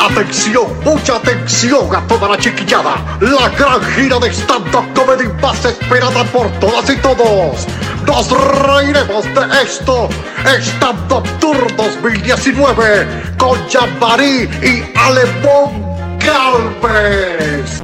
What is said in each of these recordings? Atención, mucha atención a toda la chiquillada. La gran gira de stand-up comedy más esperada por todas y todos. Nos reiremos de esto. Stand Up Tour 2019 con Jean-Marie y Alemón Galvez.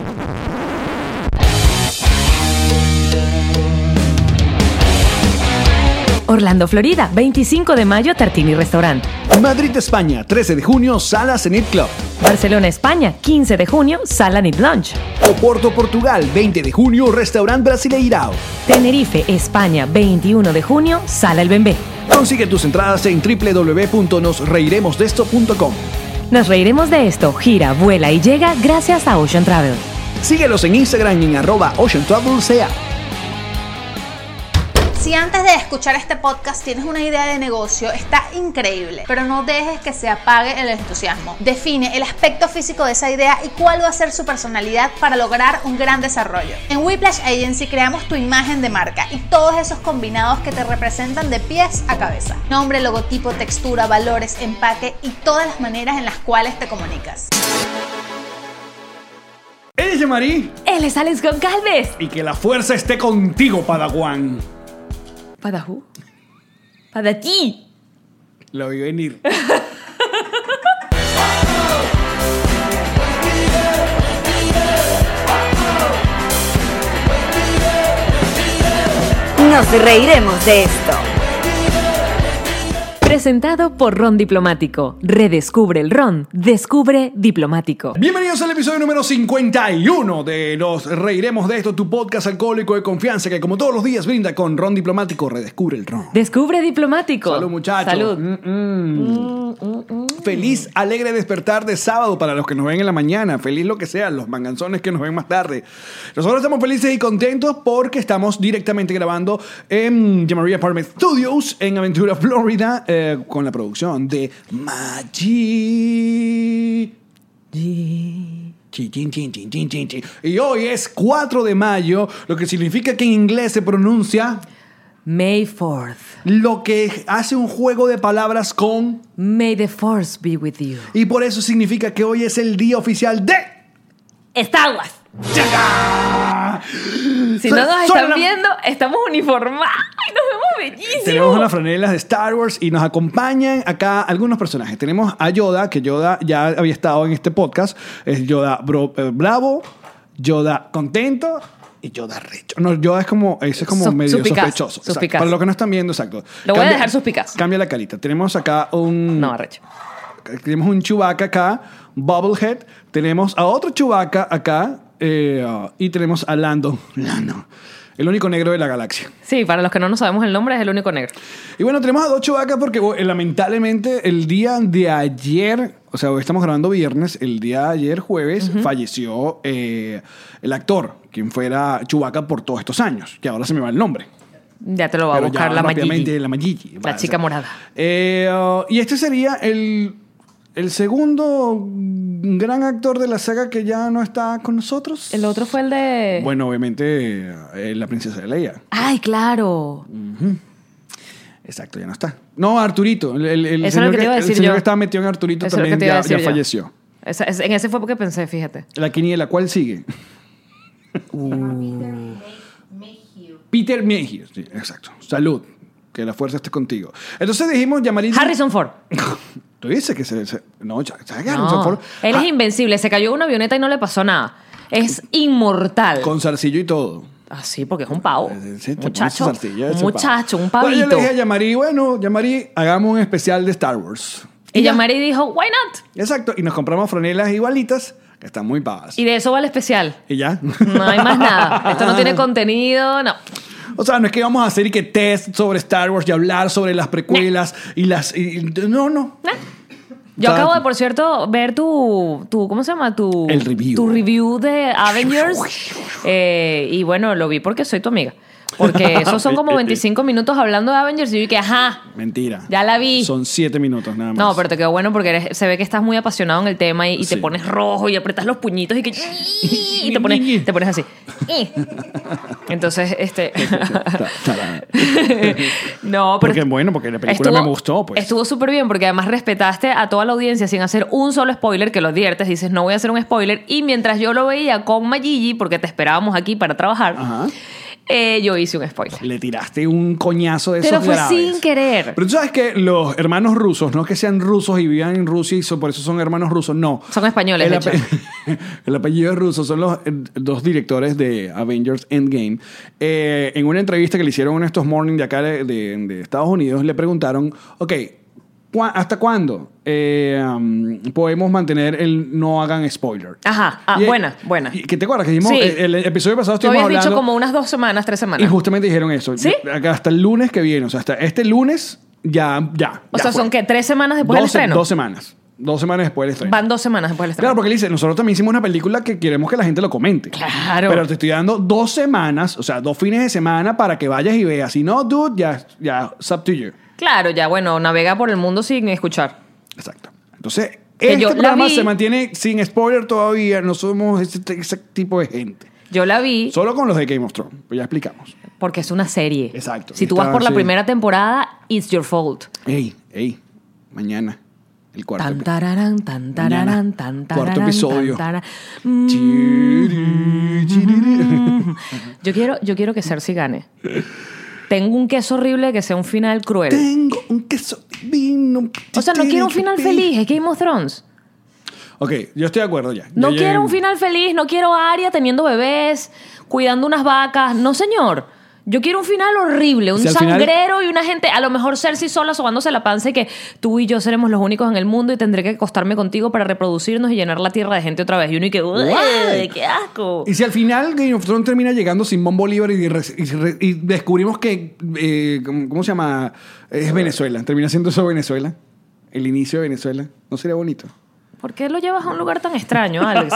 Orlando, Florida, 25 de mayo, Tartini Restaurant. Madrid, España, 13 de junio, Sala Zenit Club. Barcelona, España, 15 de junio, Sala Need Lunch. Oporto, Portugal, 20 de junio, Restaurant Brasileirao. Tenerife, España, 21 de junio, Sala El Bembé. Consigue tus entradas en www.nosreiremosdeesto.com. Nos reiremos de esto, gira, vuela y llega gracias a Ocean Travel. Síguelos en Instagram en arroba Ocean Travel CA. Si antes de escuchar este podcast tienes una idea de negocio, está increíble, pero no dejes que se apague el entusiasmo. Define el aspecto físico de esa idea y cuál va a ser su personalidad para lograr un gran desarrollo. En Whiplash Agency creamos tu imagen de marca y todos esos combinados que te representan de pies a cabeza. Nombre, logotipo, textura, valores, empaque y todas las maneras en las cuales te comunicas. Ella Marí Él es Alex Goncalves. y que la fuerza esté contigo, Padawan. ¿Para who? Para ti. Lo vi venir. Nos reiremos de esto. Presentado por Ron Diplomático. Redescubre el Ron. Descubre Diplomático. Bienvenidos al episodio número 51 de Nos Reiremos de Esto, tu podcast alcohólico de confianza que como todos los días brinda con Ron Diplomático, redescubre el Ron. Descubre Diplomático. Salud muchachos. Salud. Mm, mm. Feliz, alegre despertar de sábado para los que nos ven en la mañana. Feliz lo que sea, los manganzones que nos ven más tarde. Nosotros estamos felices y contentos porque estamos directamente grabando en Jamaria Apartment Studios en Aventura, Florida, eh, con la producción de Magi. Chin, chin, chin, chin, chin, chin, chin. Y hoy es 4 de mayo, lo que significa que en inglés se pronuncia May 4th. lo que hace un juego de palabras con May the Force be with you. y por eso significa que hoy es el día oficial de ¡Estaguas! ¡Yaga! Si Soy- no nos soy están la- viendo, estamos uniformados. ¡Ay, nos vemos bellísimos! Tenemos unas franelas de Star Wars y nos acompañan acá algunos personajes. Tenemos a Yoda, que Yoda ya había estado en este podcast. Es Yoda bro- eh, bravo, Yoda contento y Yoda recho. No, Yoda es como, ese es como Sos- medio suspicaz, sospechoso. Exacto. suspicaz. Para los que no están viendo, exacto. Lo voy a dejar suspicaz. Cambia la carita. Tenemos acá un... No, arrecho. Tenemos un Chewbacca acá, Bubblehead. Tenemos a otro Chewbacca acá eh, ah, y tenemos a Lando. Lando. El único negro de la galaxia. Sí, para los que no nos sabemos el nombre, es el único negro. Y bueno, tenemos a dos Chewbacca porque bueno, lamentablemente el día de ayer, o sea, hoy estamos grabando viernes, el día de ayer, jueves, falleció eh, el actor, quien fuera Chewbacca por todos estos años, que ahora se me va el nombre. Ya te lo va a Pero buscar ya la Magigi. rápidamente, La Magigi. La chica morada. Eh, oh, y este sería el, el segundo gran actor de la saga que ya no está con nosotros. El otro fue el de... Bueno, obviamente, eh, la princesa de Leia. ¡Ay, claro! Exacto, ya no está. No, Arturito. El, el- el Eso es señor lo que te iba a el decir señor yo. que estaba metido en Arturito Eso es lo que también te iba a ya, decir ya yo. falleció. Esa- es- en ese fue porque pensé, fíjate. La quiniela, ¿cuál sigue? Peter Mayhew. sí, exacto. Salud. Que la fuerza esté contigo. Entonces dijimos, llamarito. Harrison Ford. Tú dices que se. se- no, ya, ya No, Harrison Ford. Él Ah, es invencible. Se cayó de una avioneta y no le pasó nada. Es inmortal. Con zarcillo y todo. Ah, sí, porque es un pavo. Sí, te pones muchacho. su zarcillo, un ese muchacho, pavo. un Bueno, yo le pavito. dije a Yamari, bueno, Yamari, hagamos un especial de Star Wars. y ya. Yamari dijo, why not? Exacto. Y nos compramos franelas igualitas, que están muy pavas. Y de eso va el especial. Y ya. No hay más nada. Esto no tiene contenido, no. O sea, no es que vamos a hacer y que test sobre Star Wars y hablar sobre las precuelas y las. y- no, no. Nah. Yo Está- acabo de, por cierto, ver tu, tu ¿cómo se llama? Tu, El review. Tu review de Avengers. Eh, y bueno, lo vi porque soy tu amiga. Porque esos son como 25 minutos hablando de Avengers y yo que ajá. Mentira. Ya la vi. Son siete minutos nada más. No, pero te quedó bueno porque eres- se ve que estás muy apasionado en el tema y, y Sí. te pones rojo y apretas los puñitos y que y te pones, te pones así. Eh. Entonces, este Ta- tarada. No, pero Porque bueno, porque la película me gustó, pues. Estuvo súper bien porque además respetaste a toda la audiencia sin hacer un solo spoiler, que lo adviertes, dices, no voy a hacer un spoiler. Y mientras yo lo veía con Mayigi, porque te esperábamos aquí para trabajar, Ajá. eh, yo hice un spoiler. Le tiraste un coñazo de esos Pero fue graves. sin querer. Pero tú sabes que los hermanos rusos, no es que sean rusos y vivan en Rusia y so- por eso son hermanos rusos, no. Son españoles, El, de hecho. ape- el apellido es ruso, son los eh, dos directores de Avengers Endgame. Eh, en una entrevista que le hicieron en estos morning de acá de, de- de Estados Unidos, le preguntaron, ok, ¿cu- ¿hasta cuándo eh, um, podemos mantener el no hagan spoiler? Ajá. Ah, eh, buena, buena. y- que te acuerdas que dijimos, eh, Sí. el, el episodio pasado Tú estuvimos habías hablando... dicho como unas dos semanas, tres Y semanas. justamente dijeron eso. Ah, ¿Sí? Yo- acá Hasta el lunes que viene. O sea, hasta este lunes ya. ya O ya sea, fue. son que tres semanas después del Dos se- estreno. Dos semanas. Dos semanas después del estreno. Van dos semanas después del estreno. Claro, porque le dice, nosotros también hicimos una película que queremos que la gente lo comente. Claro. Pero te estoy dando dos semanas, o sea, dos fines de semana para que vayas y veas. Si no, dude, ya, ya, it's up to you. Claro, ya bueno, navega por el mundo sin escuchar. Exacto. Entonces, Que este yo la programa vi. se mantiene sin spoiler todavía. No somos ese, ese tipo de gente. Yo la vi Solo con los de Game of Thrones. Pues ya explicamos. porque es una serie. Exacto. Si tú Está- vas por la sí. primera temporada, it's your fault. Ey, ey, mañana. El cuarto. Tan tararán, tan tararán, Mañana, tan tararán, cuarto tan episodio. tararán. Mm, Chiri, chiri. Yo quiero, yo quiero que Cersei gane. Tengo un queso horrible que sea un final cruel. Tengo un queso divino. O sea, no quiero un final feliz, es Game of Thrones. Ok, yo estoy de acuerdo ya. No Ya llegué. quiero un final feliz, no quiero a Arya teniendo bebés, cuidando unas vacas. No, señor. Yo quiero un final horrible, un Si al final- sangrero y una gente, a lo mejor Cersei sola sobándose la panza y que tú y yo seremos los únicos en el mundo y tendré que acostarme contigo para reproducirnos y llenar la tierra de gente otra vez. Y uno y que, "Ué, Guay. ¡qué asco! Y si al final Game of Thrones termina llegando Simón Bolívar y, re- y re- y descubrimos que, eh, ¿cómo cómo se llama? Es Venezuela. Termina siendo eso Venezuela. El inicio de Venezuela. ¿No sería bonito? ¿Por qué lo llevas a un lugar tan extraño, Alex?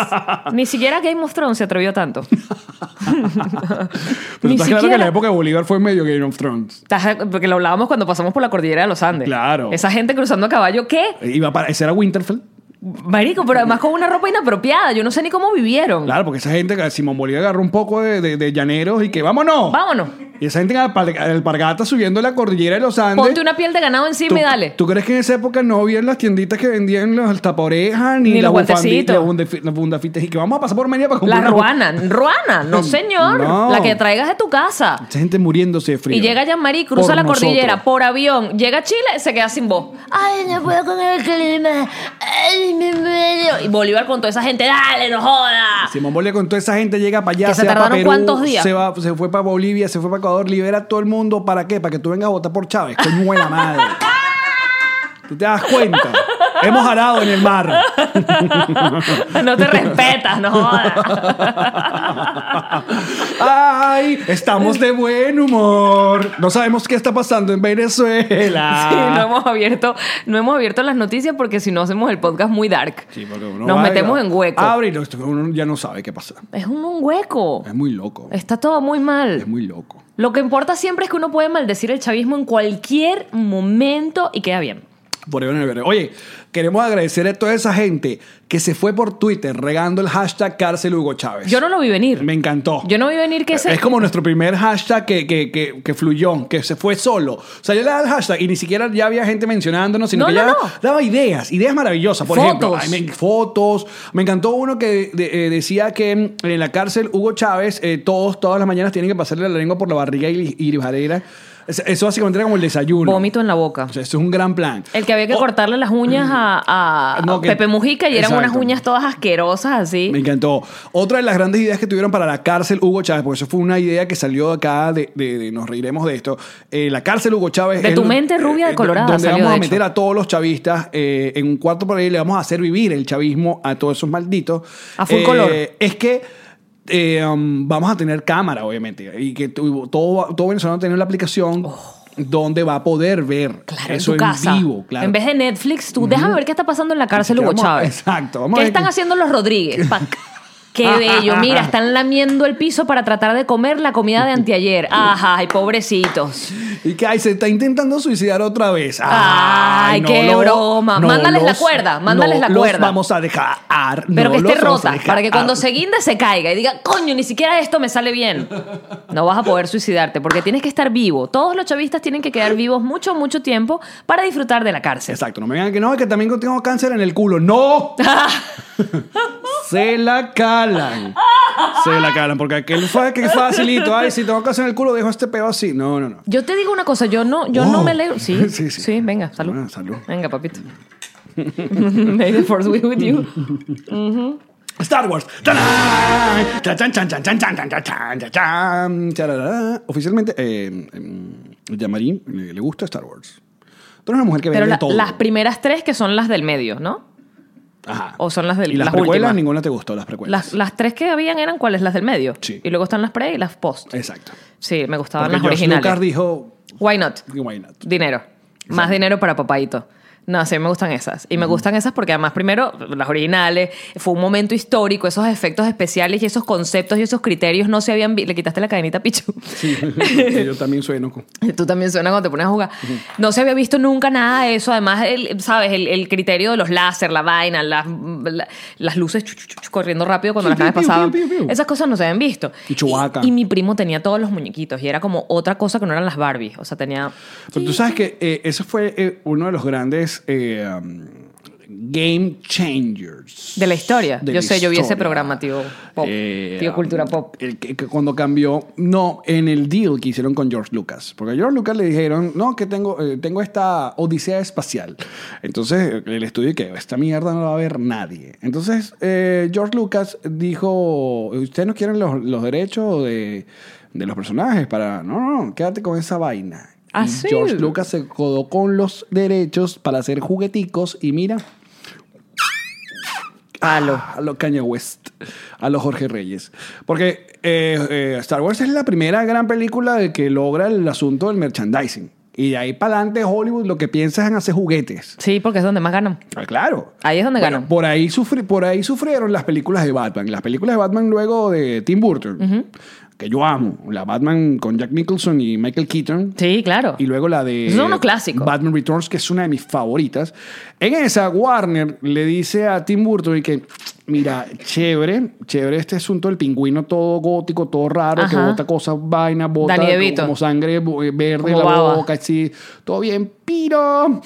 Ni siquiera Game of Thrones se atrevió tanto. Pero Ni está claro que siquiera- en la época de Bolívar fue medio Game of Thrones. Estás- Porque lo hablábamos cuando pasamos por la cordillera de los Andes. Claro. Esa gente cruzando a caballo, ¿qué? Eh, Iba para, ese era Winterfell. Marico, pero además con una ropa inapropiada. Yo no sé ni cómo vivieron. Claro, porque esa gente, Simón Bolívar agarró un poco de, de- de llaneros y que vámonos. Vámonos. Y esa gente en alpar- alpargata subiendo la cordillera de los Andes. Ponte una piel de ganado ¿Tú, encima y dale. ¿Tú crees que en esa época no había las tienditas que vendían los tapaorejas ni, Ni las los guantecitos. bundafitas? Las bundafitas y que vamos a pasar por María para comprar. La una- ruana. Ruana, no señor. No. La que traigas de tu casa. Esa gente muriéndose de frío. Y llega Jean-Marie, cruza Por la cordillera nosotros. por avión, llega a Chile, se queda sin voz. Ay, no puedo con el clima. Ay, me muero. Y Bolívar con toda esa gente, dale, no joda. Simón Bolívar con toda esa gente llega para allá. Que se va pa' tardaron Perú, cuántos días. Se, va- se fue para Bolivia, se fue para Ecuador, libera a todo el mundo. ¿Para qué? Para que tú vengas a votar por Chávez. Coño buena madre. ¿Tú te das cuenta? Hemos arado en el mar. No te respetas, no joda. ¡Ay! Estamos de buen humor. No sabemos qué está pasando en Venezuela. Sí, no hemos abierto, no hemos abierto las noticias porque si no hacemos el podcast muy dark. Sí, porque uno Nos va y metemos va. en hueco. Abre y no- uno ya no sabe qué pasa. Es un, un hueco. Es muy loco. Está todo muy mal. Es muy loco. Lo que importa siempre es que uno puede maldecir el chavismo en cualquier momento y queda bien. Por ahí van a ver. Oye, queremos agradecer a toda esa gente que se fue por Twitter regando el hashtag cárcel Hugo Chávez. Yo no lo vi venir. Me encantó. Yo no vi venir que ese- Es como nuestro primer hashtag que, que, que, que fluyó, que se fue solo. O sea, yo le daba el hashtag y ni siquiera ya había gente mencionándonos, sino No, no, que ya no. daba ideas, ideas maravillosas. Por ejemplo, Fotos. ay, me- fotos. Me encantó uno que de- eh, decía que mm, en la cárcel Hugo Chávez, eh, todos, todas las mañanas tienen que pasarle la lengua por la barriga y, y barrera. Es- Eso básicamente era como el desayuno. Vómito en la boca. O sea, eso es un gran plan. El que había que Oh, cortarle las uñas a, a- a No, que- Pepe Mujica y eran Exacto. unas uñas todas asquerosas así. Me encantó. Otra de las grandes ideas que tuvieron para la cárcel Hugo Chávez, porque eso fue una idea que salió acá de, de- de- nos reiremos de esto. Eh, la cárcel Hugo Chávez. De es tu lo- mente rubia de colorada Donde salió, vamos de a meter hecho. a todos los chavistas eh, en un cuarto por ahí, le vamos a hacer vivir el chavismo a todos esos malditos. A full color. Es que. eh, um, vamos a tener cámara, obviamente, y que tu- todo, todo venezolano va a tener la aplicación donde va a poder ver Oh. Claro, eso en tu casa. vivo, claro. En vez de Netflix, tú déjame ver qué está pasando en la cárcel, Ni siquiera Hugo vamos a- Chávez. Exacto, vamos a ¿Qué ver están qué- haciendo los Rodríguez? Pac. Qué bello. Mira, están lamiendo el piso para tratar de comer la comida de anteayer. Ajá, ay, pobrecitos. Y que ay, se está intentando suicidar otra vez. Ay, qué broma. Mándales la cuerda, mándales no la los cuerda. vamos a dejar. Pero no que esté los vamos a rota, para que dejar. cuando se guinda se caiga y diga, coño, ni siquiera esto me sale bien. No vas a poder suicidarte porque tienes que estar vivo. Todos los chavistas tienen que quedar vivos mucho, mucho tiempo para disfrutar de la cárcel. Exacto, no me digan que no, es que también tengo cáncer en el culo. ¡No! se la calan. Se la calan, porque aquel fue que facilito. Ay, si tengo cáncer en el culo, dejo este pedo así. No, no, no. Yo te digo una cosa, yo no, yo Wow. no me alegro. Sí, Sí, sí, sí. venga, salud. Bueno, salud. Venga, papito. May the force be with you. Star Wars. ¡Tarán! Chachan, chan, chan, chan, chan, chan, chan, chan, chan, chan, charará. Oficialmente, eh, em, Yamarín le, le gusta Star Wars. Tú eres una mujer que Pero vende la- todo. las primeras tres que son las del medio, ¿no? Ajá. o son las del- Y las, las precuelas, últimas. ninguna te gustó, las precuelas. Las, las tres que habían eran cuáles, las del medio. Pues. Sí. Y luego están las pre y las post. Exacto. Sí, me gustaban Porque las George originales. Lucas dijo, Why not? why not? Dinero. Más dinero para papadito. No, sí, me gustan esas. Y me gustan esas porque además, primero, las originales, fue un momento histórico, esos efectos especiales y esos conceptos y esos criterios no se habían visto. Le quitaste la cadenita, Pichu. Sí, yo también sueno. con- Tú también suena cuando te pones a jugar. No se había visto nunca nada de eso. Además, el, ¿sabes? El, el criterio de los láser, la vaina, las, la- las luces chu, chu, chu, chu, corriendo rápido cuando Piu, las naves piu, piu, pasaban. piu, piu, piu. Esas cosas no se habían visto. Y Chewbacca. Y, y mi primo tenía todos los muñequitos y era como otra cosa que no eran las Barbie. O sea, tenía. Pero tú sabes que eh, eso fue eh, uno de los grandes eh, um, game changers. De la historia. de Yo la sé, yo vi ese historia. Eh, um, programa, tío pop, tío cultura pop. el que, que cuando cambió, no, en el deal que hicieron con George Lucas. Porque a George Lucas le dijeron, no, que tengo, eh, tengo esta odisea espacial. Entonces, eh, el estudio que esta mierda no la va a ver nadie. Entonces, eh, George Lucas dijo, ustedes no quieren los, los derechos de, de los personajes para, no, no, no, quédate con esa vaina. Ah, Y sí. George Lucas se codó con los derechos para hacer jugueticos y mira, a lo, Ah, a lo Kanye West, a lo Jorge Reyes. Porque eh, eh, Star Wars es la primera gran película de que logra el asunto del merchandising. Y de ahí para adelante Hollywood lo que piensa es en hacer juguetes. Sí, porque es donde más ganan. Ah, claro. Ahí es donde Bueno, ganan. Por ahí, sufri- por ahí sufrieron las películas de Batman. Las películas de Batman luego de Tim Burton, que yo amo. La Batman con Jack Nicholson y Michael Keaton. Sí, claro. Y luego la de Esos son unos clásicos. Batman Returns, que es una de mis favoritas. En esa, Warner le dice a Tim Burton y que, mira, chévere, chévere este asunto del pingüino todo gótico, todo raro, que Ajá. bota cosas, vaina, bota Danny co- DeVito. como sangre bo- eh, verde Como en la baba. boca, así, todo bien, pero...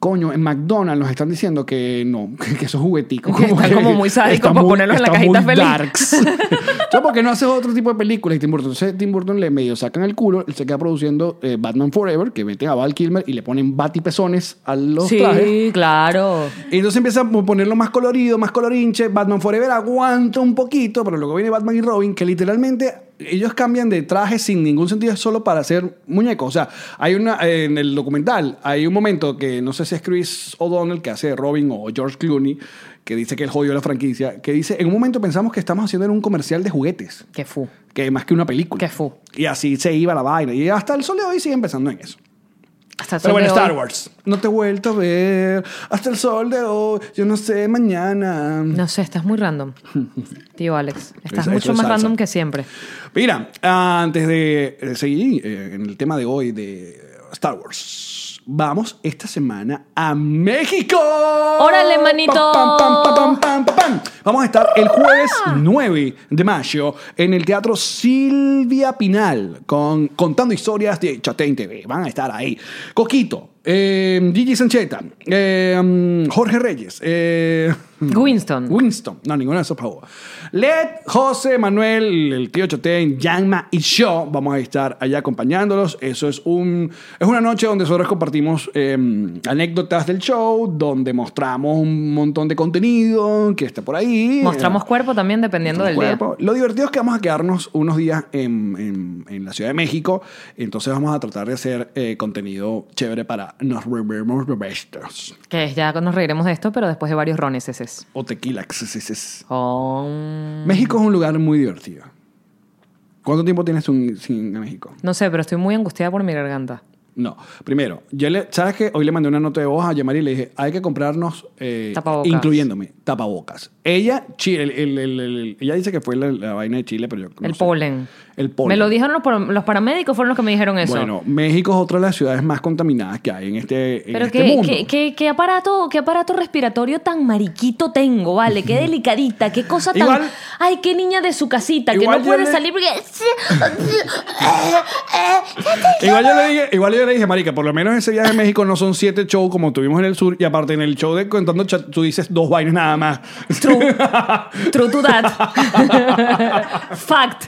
Coño, en McDonald's nos están diciendo que no, que esos jugueticos. Que están como muy sádicos están para muy- ponerlos en la están cajita muy feliz. darks. Entonces, ¿por qué no haces otro tipo de películas? Y Tim Burton, entonces, Tim Burton le medio sacan el culo, él se queda produciendo eh, Batman Forever, que meten a Val Kilmer y le ponen bat y pezones a los sí, trajes. claro. Y entonces empieza a ponerlo más colorido, más colorinche. Batman Forever aguanta un poquito, pero luego viene Batman y Robin, que literalmente ellos cambian de traje sin ningún sentido, es solo para hacer muñecos. O sea, hay una, en el documental hay un momento que no sé si es Chris O'Donnell que hace de Robin o George Clooney, que dice que él jodió la franquicia, que dice, en un momento pensamos que estamos haciendo era un comercial de juguetes Qué fu. que más que una película. Qué fu. Y así se iba la vaina. Y hasta el sol de hoy sigue empezando en eso. Hasta el sol Pero bueno, de Star hoy. Wars. No te he vuelto a ver. Hasta el sol de hoy. Yo no sé mañana. No sé, estás muy random. Tío Alex, estás Eso- eso mucho es más salsa. random que siempre. Mira, antes de eh, seguir eh, en el tema de hoy de eh, Star Wars. Vamos esta semana a México. ¡Órale, manito! Ah. Pam, pam, pam, pam, pam, pam, pam. Vamos a estar el jueves 9 de mayo en el Teatro Silvia Pinal con Contando Historias de Chatén TV. Van a estar ahí. Coquito, eh, Gigi Sancheta, eh, mm, Jorge Reyes, eh, Winston. Winston. No, ninguno de esos pavos. Led, José, Manuel, el tío Chotén, Yanma y yo vamos a estar allá acompañándolos. Eso es un es una noche donde nosotros compartimos eh, anécdotas del show, donde mostramos un montón de contenido que está por ahí. Mostramos cuerpo también dependiendo del Cuerpo. Lo divertido es que vamos a quedarnos unos días en, en- en la Ciudad de México, entonces vamos a tratar de hacer eh, contenido chévere para nos reiremos de bestas. día. Que ya nos reiremos de esto, pero después de varios rones ese es. o tequila. que se- se- se- Om. México es un lugar muy divertido. ¿Cuánto tiempo tienes tú sin- sin a México? No sé, pero estoy muy angustiada por mi garganta. No. Primero, yo le, ¿sabes qué? Hoy le mandé una nota de voz a Yamar y le dije, hay que comprarnos, eh, Tapabocas. incluyéndome, tapabocas. Ella, chi- el- el- el- el- ella dice que fue la, la vaina de Chile, pero yo no el sé. polen. El polen. Me lo dijeron los, par- los paramédicos, fueron los que me dijeron eso. Bueno, México es otra de las ciudades más contaminadas que hay en este, en Pero este qué, mundo. qué- qué- qué aparato, qué aparato respiratorio tan mariquito tengo, vale, qué delicadita, qué cosa tan. Igual- Ay, qué niña de su casita, que Igual no puede yo le- salir porque. Igual yo, le dije, igual yo le dije, marica, por lo menos ese viaje a México no son siete shows como tuvimos en el sur. Y aparte, en el show de Contando Chat, tú dices dos vainas nada más. True. True to that. Fact.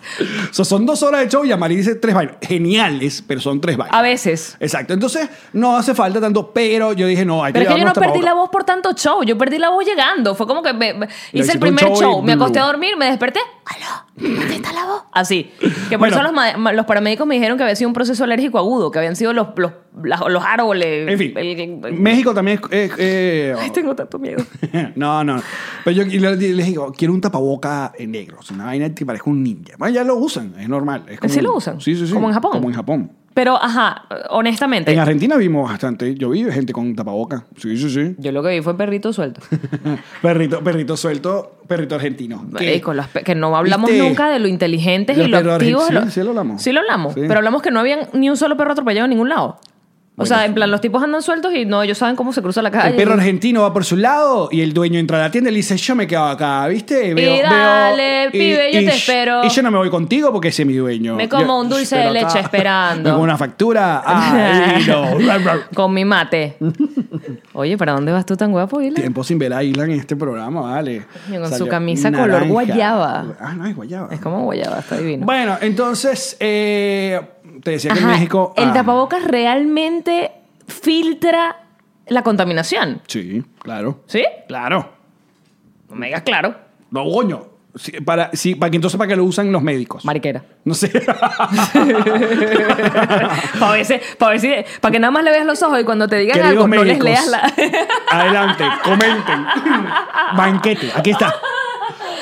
O sea, son dos horas de show y Amari dice tres vainas. Geniales, pero son tres vainas. A veces. Exacto. Entonces, no hace falta tanto, pero yo dije, no, hay que Pero es que yo no llevarnos perdí la voz tapabocas. por tanto show. Yo perdí la voz llegando. Fue como que me- me- hice el hiciste un primer show y show. Me acosté a blue. dormir, me desperté. ¡Aló! ¿Dónde está la voz? Así. Que por Bueno. eso los, ma- ma- los paramédicos me dijeron que había sido un proceso alérgico agudo, que habían sido los, los, las- los árboles. En fin, el- el- el- México también es... eh, eh, Ay, tengo tanto miedo. no, no. Pero yo le- les digo, quiero un tapaboca en negro. O sea, una vaina que parezca un ninja. Bueno, ya lo usan, es normal. Es como- ¿Sí lo usan? Sí, sí, sí. ¿Como en Japón? Como en Japón. Pero, ajá, honestamente. En Argentina vimos bastante. Yo vi gente con tapaboca. Sí, sí, sí. Yo lo que vi fue perrito suelto. Perrito, perrito suelto, perrito argentino. ¿Qué? Marico, los pe- que no hablamos ¿Viste? nunca de lo inteligentes Los y lo perros activos. argentinos, de sí, sí lo hablamos. Sí lo hablamos, Sí. pero hablamos que no habían ni un solo perro atropellado en ningún lado. O sea, en plan, los tipos andan sueltos y no, ellos saben cómo se cruza la calle. El perro argentino va por su lado y el dueño entra a la tienda y le dice, yo me quedo acá, ¿viste? dale, pibe, yo te sh- espero. Y yo no me voy contigo porque ese es mi dueño. Me como Yo- un dulce pero de leche esperando. Me como una factura. Ah, no. Con mi mate. Oye, ¿para dónde vas tú tan guapo, Hila? Tiempo sin ver a Island en este programa, vale. Coño, con su camisa color guayaba. Ah, no, es guayaba. Es como guayaba, está divino. Bueno, entonces, eh, te decía que en Ajá, México... El ah, tapabocas realmente filtra la contaminación. Sí, claro. ¿Sí? Claro. No me digas claro. No, coño. Sí, para, sí, para que entonces para que lo usan los médicos. Mariquera. no sé. Para para que nada más le veas los ojos y cuando te digan algo, Queridos no les médicos, leas la. adelante, comenten. Banquete, aquí está.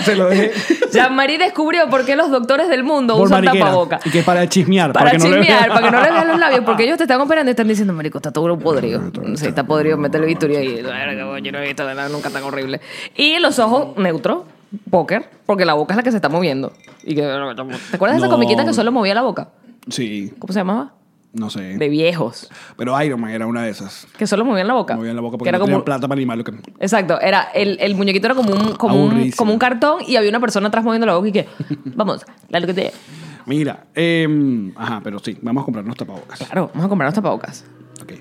Se lo dejé. Jean-Marie descubrió por qué los doctores del mundo Por usan mariquera. tapabocas. Y que para chismear. Para, que chismear, no le- para que no le vean los labios, porque ellos te están operando y están diciendo, marico, está todo podrido. Sí, está podrido, métele bisturí ahí. Verga, coño, Yo no he visto de nada, nunca tan horrible. Y los ojos neutros, póker, porque la boca es la que se está moviendo. Y que, ¿Te acuerdas de esa No. comiquita que solo movía la boca? Sí, ¿Cómo se llamaba? no sé. De viejos. Pero Iron Man era una de esas. Que solo movían la boca. Movían la boca Que porque era no como tenían plata para animar lo que... Exacto, era el, el muñequito era como un, como, un, Aburridísimo. como un cartón y había una persona atrás moviendo la boca y que, vamos, la que te... Mira, eh, ajá, pero sí, vamos a comprarnos tapabocas. Claro, vamos a comprarnos tapabocas. Ok.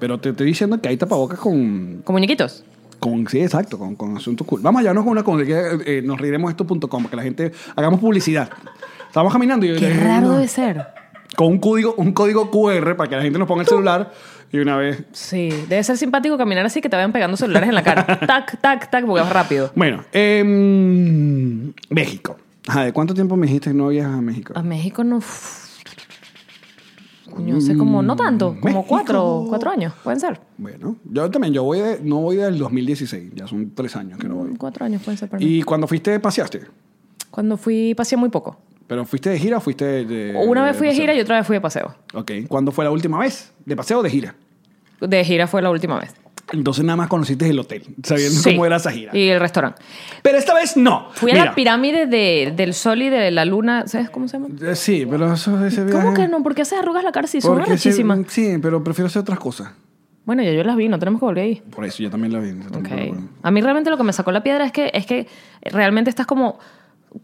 Pero te estoy diciendo que hay tapabocas con Con muñequitos. Con, sí, exacto, con, con asuntos cool. Vamos a llevarnos con una con que eh, nos riremos esto.com, que la gente hagamos publicidad. Estamos caminando y yo Qué dije, raro "No". debe ser. con un código, un código QR para que la gente nos ponga el celular y una vez. Sí, debe ser simpático caminar así que te vayan pegando celulares en la cara. tac, tac, tac, porque vas rápido. Bueno, em, México. Ajá, ¿de cuánto tiempo me dijiste que no viajas a México? A México no... Coño, sé como, no tanto, como Mm, México. cuatro, cuatro años, pueden ser. Bueno, yo también, yo voy de- no voy del 2016, ya son tres años que no voy. Cuatro años pueden ser para mí. ¿Y cuando fuiste, paseaste? Cuando fui, pasé muy poco. ¿Pero fuiste de gira o fuiste de...? de- Una vez fui de Eh, paseo? gira y otra vez fui de paseo. Ok, ¿cuándo fue la última vez? ¿De paseo o de gira? De gira fue la última vez. Entonces nada más conociste el hotel, sabiendo Sí. Eh, cómo era esa gira. Y el restaurante. Pero esta vez no. Fui a Mira, la pirámide de- del sol y de la luna. ¿Sabes cómo se llama? eh, Sí, pero eso ese viaje- ¿Cómo que no? ¿Por qué haces arrugas la cara si son Porque ese- arrechísimas? Sí, pero prefiero hacer otras cosas. Bueno, ya yo las vi, no tenemos que volver ahí. Por eso yo también la vi. yo Ok. tampoco la puedo. A mí realmente lo que me sacó la piedra es que, es que realmente estás como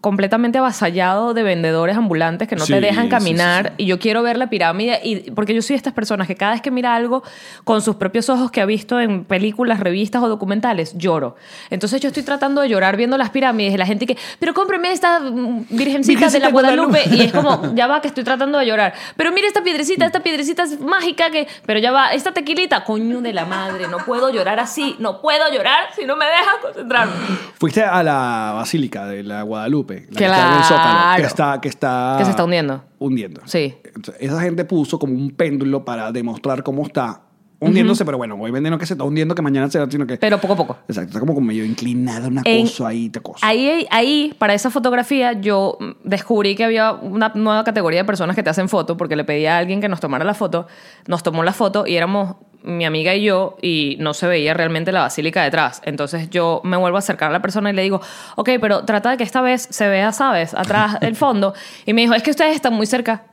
completamente avasallado de vendedores ambulantes que no Sí, te dejan sí, caminar sí, y yo quiero ver la pirámide y porque yo soy de estas personas que cada vez que mira algo con sus propios ojos que ha visto en películas, revistas o documentales, lloro. Entonces yo estoy tratando de llorar viendo las pirámides y la gente que, pero cómpreme esta mm, virgencita de Virgencita la de Guadalupe". Guadalupe y es como, ya va que estoy tratando de llorar, pero mira esta piedrecita, esta piedrecita es mágica que, pero ya va, esta tequilita, coño de la madre, no puedo llorar así, no puedo llorar si no me dejas concentrarme. Fuiste a la Basílica de la Guadalupe, la que Claro. está en el Zócalo, que está, que está... Que se está hundiendo. Hundiendo. Sí. Entonces, esa gente puso como un péndulo para demostrar cómo está hundiéndose, pero bueno, hoy venden no que se está hundiendo, que mañana se va, sino que. Pero poco a poco. Exacto, está como, como medio inclinada una En- cosa ahí, te cosa. Ahí, ahí, para esa fotografía, yo mm, descubrí que había una nueva categoría de personas que te hacen foto, porque le pedí a alguien que nos tomara la foto. Nos tomó la foto y éramos mi amiga y yo, y no se veía realmente la basílica detrás. Entonces yo me vuelvo a acercar a la persona y le digo, ok, pero trata de que esta vez se vea, ¿sabes? Atrás del fondo. Y me dijo, es que ustedes están muy cerca.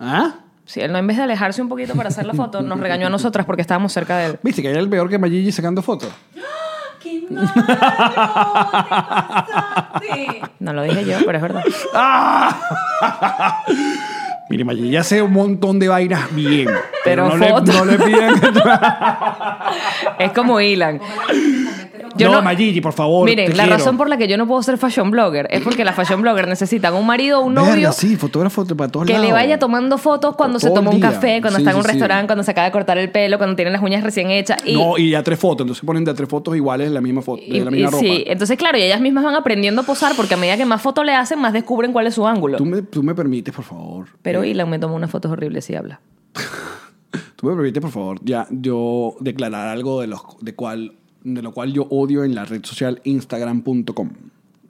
¿Ah? Si él no, en vez de alejarse un poquito para hacer la foto, nos regañó a nosotras porque estábamos cerca de él. ¿Viste que era el peor que Mayigi sacando fotos? No lo dije yo, pero es verdad. ¡Ah! Mire, Mayigi hace un montón de vainas bien. Pero no, le, foto. no le pidan que Es como Ilan. Yo no, no- Mayigi, por favor. Miren, te la quiero. razón por la que yo no puedo ser fashion blogger es porque las fashion blogger necesitan un marido, un Verga, novio sí, fotógrafo para todos que lados. le vaya tomando fotos cuando se Todo el toma un día. café, cuando Sí, está en un sí, sí. restaurante, cuando se acaba de cortar el pelo, cuando tiene las uñas recién hechas. Y, No, y a tres fotos. Entonces ponen de a tres fotos iguales de la misma foto, y- de la y misma ropa. sí, eh, entonces claro, y ellas mismas van aprendiendo a posar porque a medida que más fotos le hacen, más descubren cuál es su ángulo. ¿Tú Eh. me, tú me permites, por favor. Pero Ilan me tomó unas fotos horribles si habla. Tú me permites, por favor, ya yo declarar algo de, los, de, cual, de lo cual yo odio en la red social Instagram.com.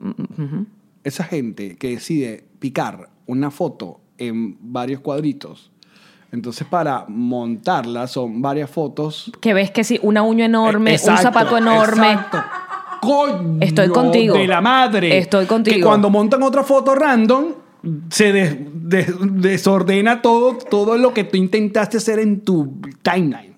Mm-hmm. Esa gente que decide picar una foto en varios cuadritos. Entonces, para montarla son varias fotos. Que ves que sí, una uña enorme, un Exacto, zapato enorme. exacto. Coño Estoy contigo. De la madre. Estoy Que contigo. cuando montan otra foto random, se des- des- desordena todo, todo lo que tú intentaste hacer en tu timeline.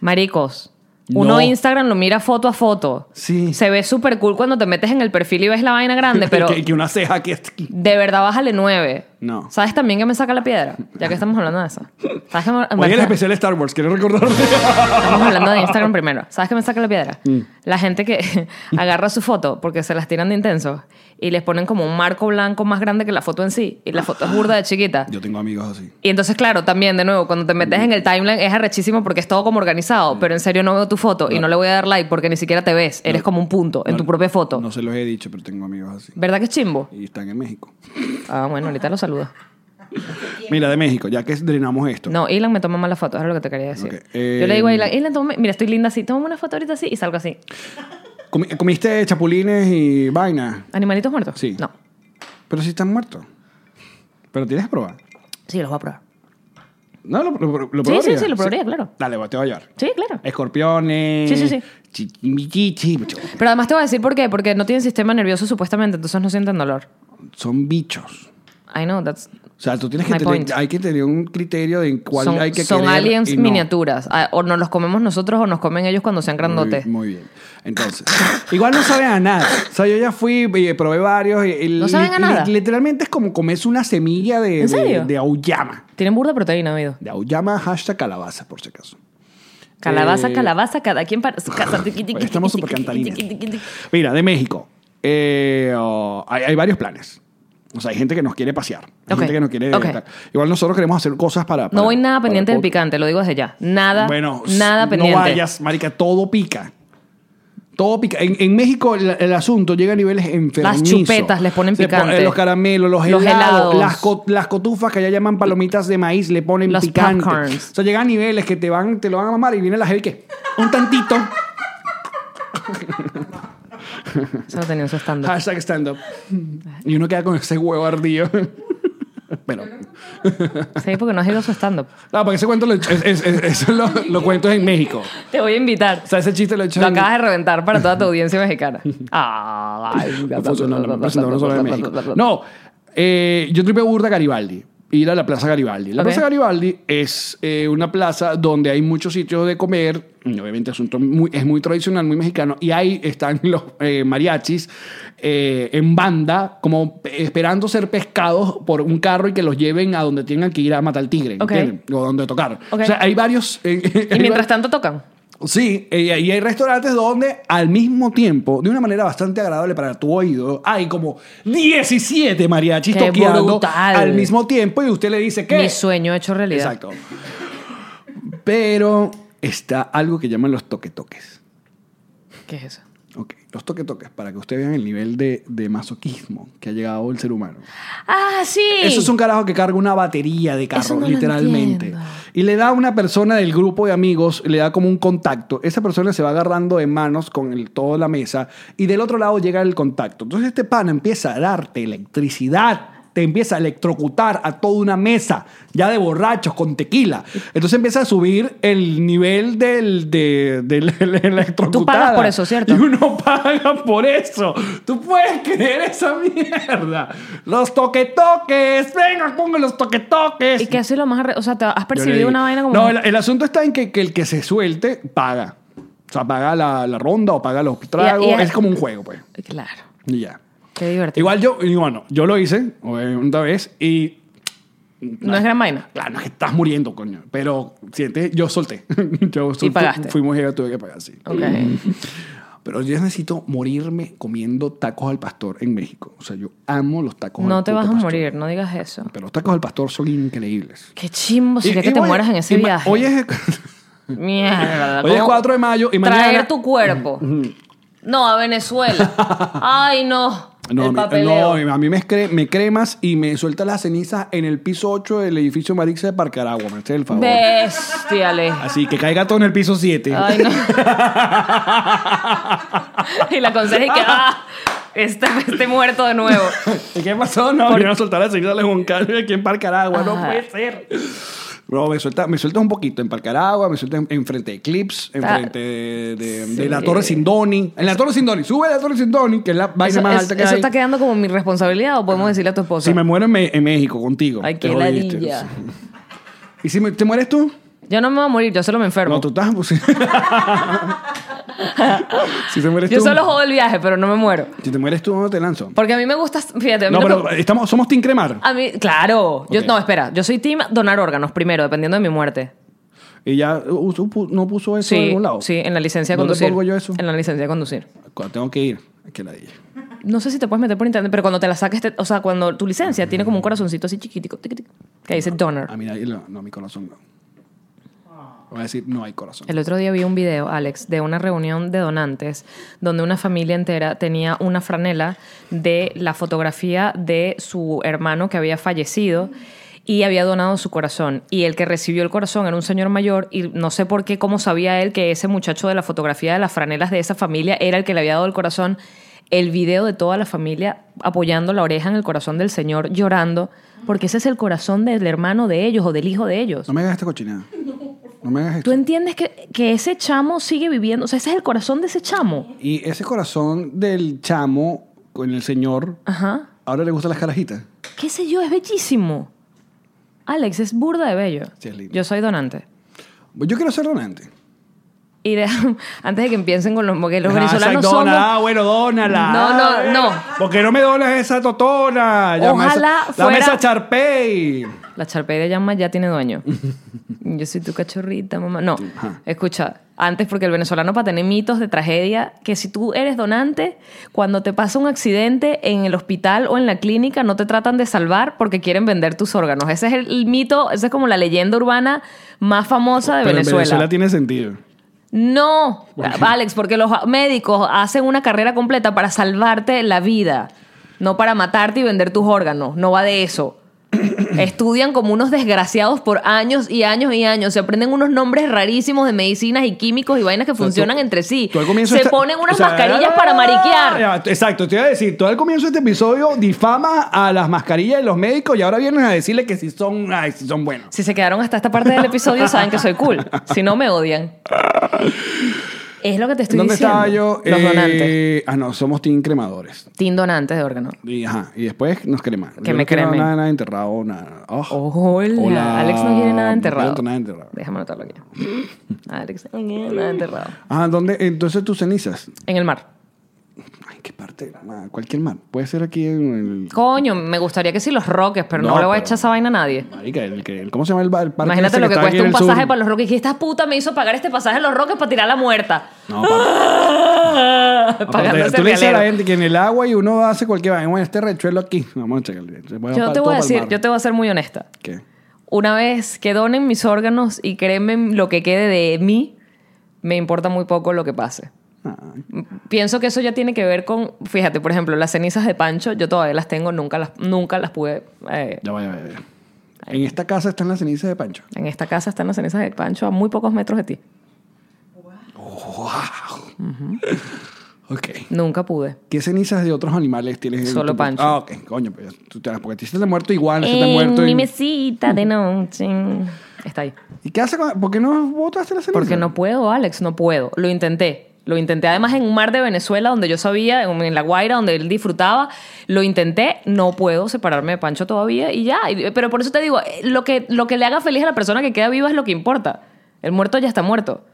Maricos. No. Uno Instagram lo mira foto a foto. Sí. Se ve súper cool cuando te metes en el perfil y ves la vaina grande, pero que, que una ceja aquí está aquí. de verdad bájale nueve. No. ¿Sabes también que me saca la piedra? Ya que estamos hablando de eso. ¿Sabes que me- Oye, el especial de Star Wars, ¿quieres recordarme? Estamos hablando de Instagram primero. ¿Sabes qué me saca la piedra? Mm. La gente que agarra su foto porque se las tiran de intenso y les ponen como un marco blanco más grande que la foto en sí. Y la foto es burda de chiquita. Yo tengo amigos así. Y entonces, claro, también, de nuevo, cuando te metes en el timeline es arrechísimo porque es todo como organizado, Mm. pero en serio no veo tu foto y no le voy a dar like porque ni siquiera te ves. Eres como un punto en No, tu propia foto. No se los he dicho, pero tengo amigos así. ¿Verdad que es chimbo? Y están en México. Ah, bueno, ahorita lo saludo. Mira, de México, ya que drenamos esto. No, Ilan me toma malas fotos, era lo que te quería decir. Ok, eh, Yo le digo a Ilan, Ilan, tómame- mira, estoy linda así, tómame una foto ahorita así y salgo así. Comi- ¿Comiste chapulines y vaina? ¿Animalitos muertos? Sí. No. Pero si están muertos. Pero tienes que probar. Sí, los voy a probar. No, lo, lo, lo Sí, sí, probaría. sí, lo probaría, claro. Dale, va, te voy a llevar. Sí, claro. Escorpiones. Sí, sí, sí. chichimichichi, mucho. Pero además te voy a decir por qué, porque no tienen sistema nervioso supuestamente, entonces no sienten dolor. Son bichos. I know, that's... O sea, tú tienes que My point. tener, hay que tener un criterio de en cuál son hay que son querer aliens y no. miniaturas. Ah, O nos los comemos nosotros o nos comen ellos cuando sean grandotes. Muy, muy bien. Entonces, igual no saben a nada. O sea, yo ya fui y probé varios. y- y ¿No saben a nada? Literalmente es como comerse una semilla de, ¿En de, serio? de auyama. Tienen burda de proteína, amigo. De auyama, hashtag calabaza, por si acaso. Calabaza, Eh, calabaza, cada quien para su casa. Estamos súper cantarines. Mira, de México. Eh, oh, hay, hay varios planes. O sea, hay gente que nos quiere pasear. Hay Ok. gente que nos quiere. Ok. tal. Igual nosotros queremos hacer cosas para. No para- voy nada para pendiente el del podcast. picante, lo digo desde ya. Nada, Bueno, nada no pendiente. vayas, marica, todo pica. Todo pica. En, en México el, el asunto llega a niveles enfermizos. chupetas les ponen Se pon- picante. eh, los caramelos, los, Los helados, helados. Las, co- las cotufas que allá llaman palomitas de maíz le ponen Los picante. popcorns. O sea, llega a niveles que te van, te lo van a mamar y viene la gente que un tantito. Eso no tenía en su stand Hashtag stand up. Y uno queda con ese huevo ardido. Pero, Sí, porque no has ido a su stand no, porque ese cuento lo, es- es- es- eso lo, lo cuento en México. Te voy a invitar. O sea, ese chiste lo he hecho Lo en- acabas de reventar para toda tu audiencia mexicana. Ah, Ay, Alfonso, no, no, presentador no solo de México. No, eh, yo tripeo burda a Garibaldi. Ir a la Plaza Garibaldi. La Ok. Plaza Garibaldi es eh, una plaza donde hay muchos sitios de comer. y Obviamente es, un to- muy, es muy tradicional, muy mexicano. Y ahí están los eh, mariachis eh, en banda, como pe- esperando ser pescados por un carro y que los lleven a donde tengan que ir a matar al tigre. Ok. ¿entienden? O donde tocar. Ok. O sea, hay varios. eh, Y hay mientras varios- tanto tocan. Sí, eh, y hay restaurantes donde al mismo tiempo, de una manera bastante agradable para tu oído, hay como 17 mariachis ¡Qué toqueando brutal! al mismo tiempo y usted le dice que... Mi sueño hecho realidad. Exacto. Pero está algo que llaman los toque-toques. ¿Qué es eso? Ok, los toque toques para que ustedes vean el nivel de, de masoquismo que ha llegado el ser humano. Ah, sí. Eso es un carajo que carga una batería de carro, Eso no lo literalmente. entiendo. y le da a una persona del grupo de amigos, le da como un contacto. Esa persona se va agarrando de manos con el, toda la mesa y del otro lado llega el contacto. Entonces este pana empieza a darte electricidad. Te empieza a electrocutar a toda una mesa, ya de borrachos, con tequila. Entonces empieza a subir el nivel del, de, del- de la electrocutada. por eso, ¿cierto? Y uno paga por eso. Tú puedes creer esa mierda. Los toquetoques. Venga, pongan los toquetoques. ¿Y qué hace lo más arre- O sea, ¿te has Yo le percibido digo- una vaina como. No, el, el asunto está en que, que el que se suelte paga. O sea, paga la, la ronda o paga los tragos. y- Es como un juego, pues. Claro. Y ya. Qué divertido. Igual yo, y bueno, yo lo hice eh, una vez y No es gran vaina. Claro, no es que estás muriendo, coño. Pero siente, yo solté. yo sol- Y pagaste. Fui mujer, tuve que pagar, sí. Ok. Pero yo necesito morirme comiendo tacos al pastor en México. O sea, yo amo los tacos al No te puto vas a pastor. morir, no digas eso. Pero los tacos al pastor son increíbles. Qué chimbo sería Y- que y te voy- mueras en ese y ma- viaje. Hoy es, Mierda. hoy es ¿cómo 4 de mayo y mañana... Traer tu cuerpo. No, a Venezuela. Ay, no. No, a el mí- papeleo. no, a mí me, cre- me cremas y me sueltas las cenizas en el piso 8 del edificio Marixa de Parcaragua. Me haces el favor. Bestia, Ale. Así que caiga todo en el piso 7. Ay, no. y la conseja es que, ah, está, esté muerto de nuevo. ¿Y qué pasó? No, me iban a soltar a seguir a Goncalves aquí en Parcaragua. No Ajá. puede ser. Bro, me suelta, me suelta un poquito en Parcaragua, me suelta en, en frente de Clips, en Ah, frente de, de- sí. de la Torre Sindoni. En la Torre Sindoni, sube a la Torre Sindoni, que es la vaina Eso, más es- alta que eso hay. está quedando como mi responsabilidad o podemos decirle a tu esposa. Si me muero en, Me- en México contigo. Ay, te qué jodiste. ladilla. ¿Y si me- te mueres tú? Yo no me voy a morir, yo solo me enfermo. No, tú estás... pues, si te mueres yo tú... solo jodo el viaje, pero no me muero. Si te mueres tú, no te lanzo. Porque a mí me gusta, fíjate, a mí No, lo que- pero estamos, somos Team Cremar. a mí, claro. Yo, Ok. No, espera, yo soy team donar órganos primero, dependiendo de mi muerte. Y ya uh, uh, no puso eso en Sí, algún lado. sí, en la licencia de ¿Dónde conducir. pongo yo eso? En la licencia de conducir. Cuando tengo que ir, que la dije. No sé si te puedes meter por internet, pero cuando te la saques, te- o sea, cuando tu licencia tiene como un corazoncito así chiquitico, tic, tic, que dice donor. A mí Ah, ahí no, no, mi corazón no. Voy a decir, no hay corazón. El otro día vi un video, Alex, de una reunión de donantes donde una familia entera tenía una franela de la fotografía de su hermano que había fallecido y había donado su corazón. Y el que recibió el corazón era un señor mayor y no sé por qué, cómo sabía él que ese muchacho de la fotografía de las franelas de esa familia era el que le había dado el corazón. El video de toda la familia apoyando la oreja en el corazón del señor llorando porque ese es el corazón del hermano de ellos o del hijo de ellos. No me hagas esta cochinada. No me hagas ¿Tú esto. entiendes que, que ese chamo sigue viviendo? O sea, ese es el corazón de ese chamo. Y ese corazón del chamo con el señor, Ajá. ahora le gustan las carajitas. ¿Qué sé yo? Es bellísimo. Alex, es burda de bello. Sí, es lindo. Yo soy donante. Yo quiero ser donante. Y de- antes de que empiecen con los... Porque los Ah, venezolanos esa dona, ah, somos... bueno, dónala. No, no, Ah, no. ¿Por qué no me donas esa totona? Llama Ojalá esa, Dame fuera- esa charpey. La charpe de llama ya tiene dueño. Yo soy tu cachorrita, mamá. No, escucha. Antes, porque el venezolano para tener mitos de tragedia, que si tú eres donante, cuando te pasa un accidente en el hospital o en la clínica, no te tratan de salvar porque quieren vender tus órganos. Ese es el, el mito, esa es como la leyenda urbana más famosa de Pero en Venezuela. Venezuela tiene sentido. No, Ah, ¿Por qué? Alex, porque los médicos hacen una carrera completa para salvarte la vida, no para matarte y vender tus órganos, no va de eso. Estudian como unos desgraciados por años y años y años, se aprenden unos nombres rarísimos de medicinas y químicos y vainas que sea, tú- funcionan entre sí. Tú al comienzo Se esta- ponen unas o sea, mascarillas ah, para mariquear. ya, exacto, te iba a decir, tú al comienzo de este episodio difama a las mascarillas de los médicos y ahora vienes a decirle que si son, ay, si son buenos. Si se quedaron hasta esta parte del episodio, saben que soy cool. Si no, me odian. Es lo que te estoy ¿Dónde diciendo. estaba yo? Los Eh, donantes. Ah, no, somos team cremadores. Team donantes de órganos. Y, ajá, y después nos creman. Que Yo me no quiero cremen. Nada, nada enterrado, nada. Oh. Hola. Hola. Alex no quiere nada enterrado. No quiero nada enterrado. Déjame anotarlo aquí. Alex no quiere nada enterrado. Ah, ¿dónde? Entonces tus cenizas. En el mar. Ay, ¿qué parte? Ah, cualquier mar. Puede ser aquí en el... Coño, me gustaría que sí los roques, pero no, No, le voy a pero- echar esa vaina a nadie. Marica, el que- el- ¿cómo se llama el, bar- el parque Imagínate ese lo que, está aquí cuesta en un el sur? pasaje para los roques. Que esta puta me hizo pagar este pasaje a los roques para tirar la muerta. No, papá. Pagando Aparte, ese Tú le dices a la realero. gente que en el agua y uno hace cualquier vaina. Bueno, este rechuelo aquí. Vamos a checarle. Bueno, Yo pa- te todo voy a pa'l decir, mar. yo te voy a ser muy honesta. ¿Qué? Una vez que donen mis órganos y cremen lo que quede de mí, me importa muy poco lo que pase. Ah, Pienso que eso ya tiene que ver con, fíjate, por ejemplo, las cenizas de Pancho, yo todavía las tengo, nunca las, nunca las pude. eh, Ya va, ya va, ya va. En esta casa están las cenizas de Pancho. en esta casa están las cenizas de Pancho a muy pocos metros de ti. Ok. Nunca pude. ¿Qué cenizas de otros animales tienes? en Solo tu- Pancho. Ah, ok, coño. Pues, tú te las- porque a ti se te ha muerto igual, Ah, se te ha muerto. mi y- mesita de noche. Está ahí. ¿Y qué hace con- ¿Por qué no botaste la ceniza? Porque no puedo, Alex, no puedo. Lo intenté. Lo intenté además en un mar de Venezuela donde yo sabía, en en La Guaira, donde él disfrutaba. Lo intenté, no puedo separarme de Pancho todavía y ya. Y- Pero por eso te digo, eh, lo que, lo que le haga feliz a la persona que queda viva es lo que importa. El muerto ya está muerto.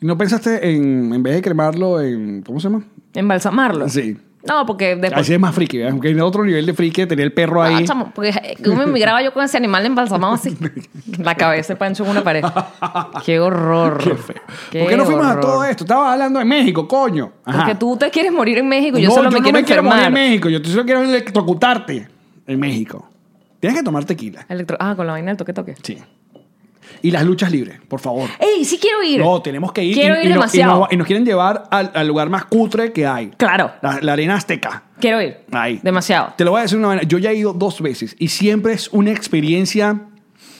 ¿Y ¿No pensaste en, en vez de cremarlo, en. ¿Cómo se llama? Embalsamarlo. Sí. No, porque después... Así es más friki, ¿verdad? Porque hay otro nivel de friki de tener el perro Ah, ahí. chamo, porque eh, ¿cómo me migraba yo con ese animal embalsamado así? La cabeza de Pancho en una pared. ¡Qué horror! Qué feo. ¿Por qué no fuimos a horror. todo esto? Estabas hablando de México, coño. Ajá. Porque tú te quieres morir en México y yo no, solo yo me no quiero me quiero enfermar. morir en México. Yo te- solo quiero electrocutarte en México. Tienes que tomar tequila. Electro- ah, con la vaina del toque toque. Sí. Y las luchas libres, por favor. ¡Ey, sí quiero ir! No, tenemos que ir. Quiero y, ir y no- y demasiado. nos- y nos quieren llevar al, al lugar más cutre que hay. Claro, La, la arena azteca. quiero ir. Ahí. Demasiado. Te lo voy a decir una vaina. Yo ya he ido dos veces y siempre es una experiencia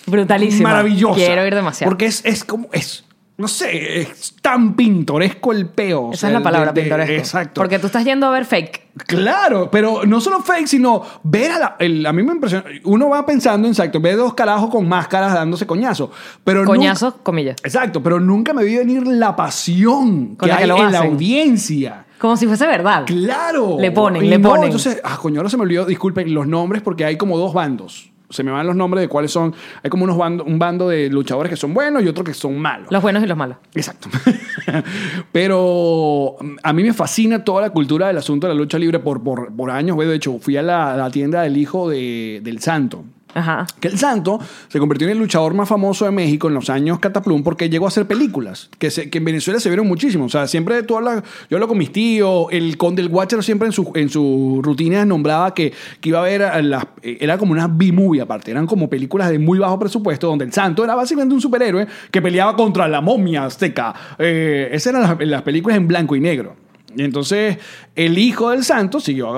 Brutalísimo. maravillosa. Quiero ir demasiado. Porque es, es como. Es, no sé, es tan pintoresco el peo. o Esa sea, es la de- palabra, de- pintoresco. Exacto. Porque tú estás yendo a ver fake. Claro, pero no solo fake, sino ver a la. el- a mí me impresiona. Uno va pensando, exacto, ve dos carajos con máscaras dándose coñazo. Pero nunca- Coñazos, comillas. exacto, pero nunca me vi venir la Con pasión que la que hay lo en la hacen. audiencia. Como si fuese verdad. Claro. Le ponen, Y le no, ponen. Entonces, ah, coño, ahora se me olvidó, disculpen, los nombres porque hay como dos bandos. Se me van los nombres de cuáles son. Hay como unos bando, un bando de luchadores que son buenos y otro que son malos. Los buenos y los malos. Exacto. Pero mm, a mí me fascina toda la cultura del asunto de la lucha libre por, por, por años. güey. De hecho, fui a la, la tienda del hijo de- del santo. Ajá. Que el santo se convirtió en el luchador más famoso de México en los años Cataplum porque llegó a hacer películas que, se- que en Venezuela se vieron muchísimo. O sea, siempre tú hablas, yo hablo con mis tíos, el conde del Guacharo siempre en su, en su rutina nombraba que, que iba a ver, a las, eh, era como una B-movie aparte, eran como películas de muy bajo presupuesto donde el santo era básicamente un superhéroe que peleaba contra la momia azteca. Eh, esas eran las- las películas en blanco y negro. Y entonces el hijo del santo siguió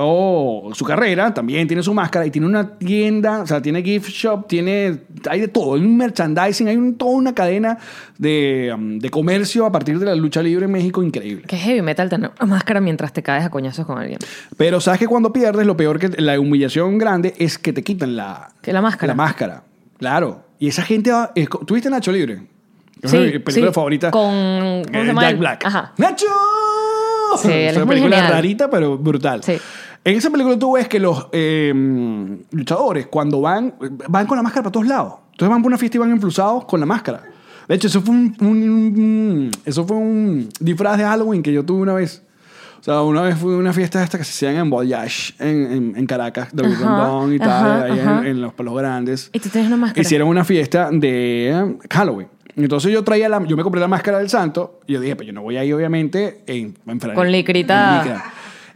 su carrera, también tiene su máscara y tiene una tienda, o sea, tiene gift shop, tiene, hay de todo, hay un merchandising, hay un- toda una cadena de, um, de comercio a partir de la lucha libre en México increíble. Qué heavy metal tener una máscara mientras te caes a coñazos con alguien. Pero sabes que cuando pierdes, lo peor que la humillación grande es que te quitan la, Que la máscara. la máscara. Claro. Y esa gente va, es co- ¿tuviste Nacho Libre? Es Sí, una de mis películas sí. favoritas. Con- ¿cómo se Eh, llama Jack él? Black. Ajá. ¡Nacho! Sí, él es es una muy película genial. rarita, pero brutal. Sí. En esa película tú ves que los eh, luchadores, cuando van, van con la máscara para todos lados. Entonces van por una fiesta y van influsados con la máscara. De hecho, eso fue un, un- un- eso fue un disfraz de Halloween que yo tuve una vez. O sea, una vez fui a una fiesta de estas que se hacían en Voyage, en, en- en Caracas, de Ajá, Rondón y tal, ajá, ahí en- ajá. en, los Palos Grandes. Y tú tienes una máscara. Hicieron una fiesta de eh, Halloween. Entonces yo traía la, yo me compré la máscara del santo y yo dije, pues yo no voy ahí obviamente en, en franela. Con licrita. En licra.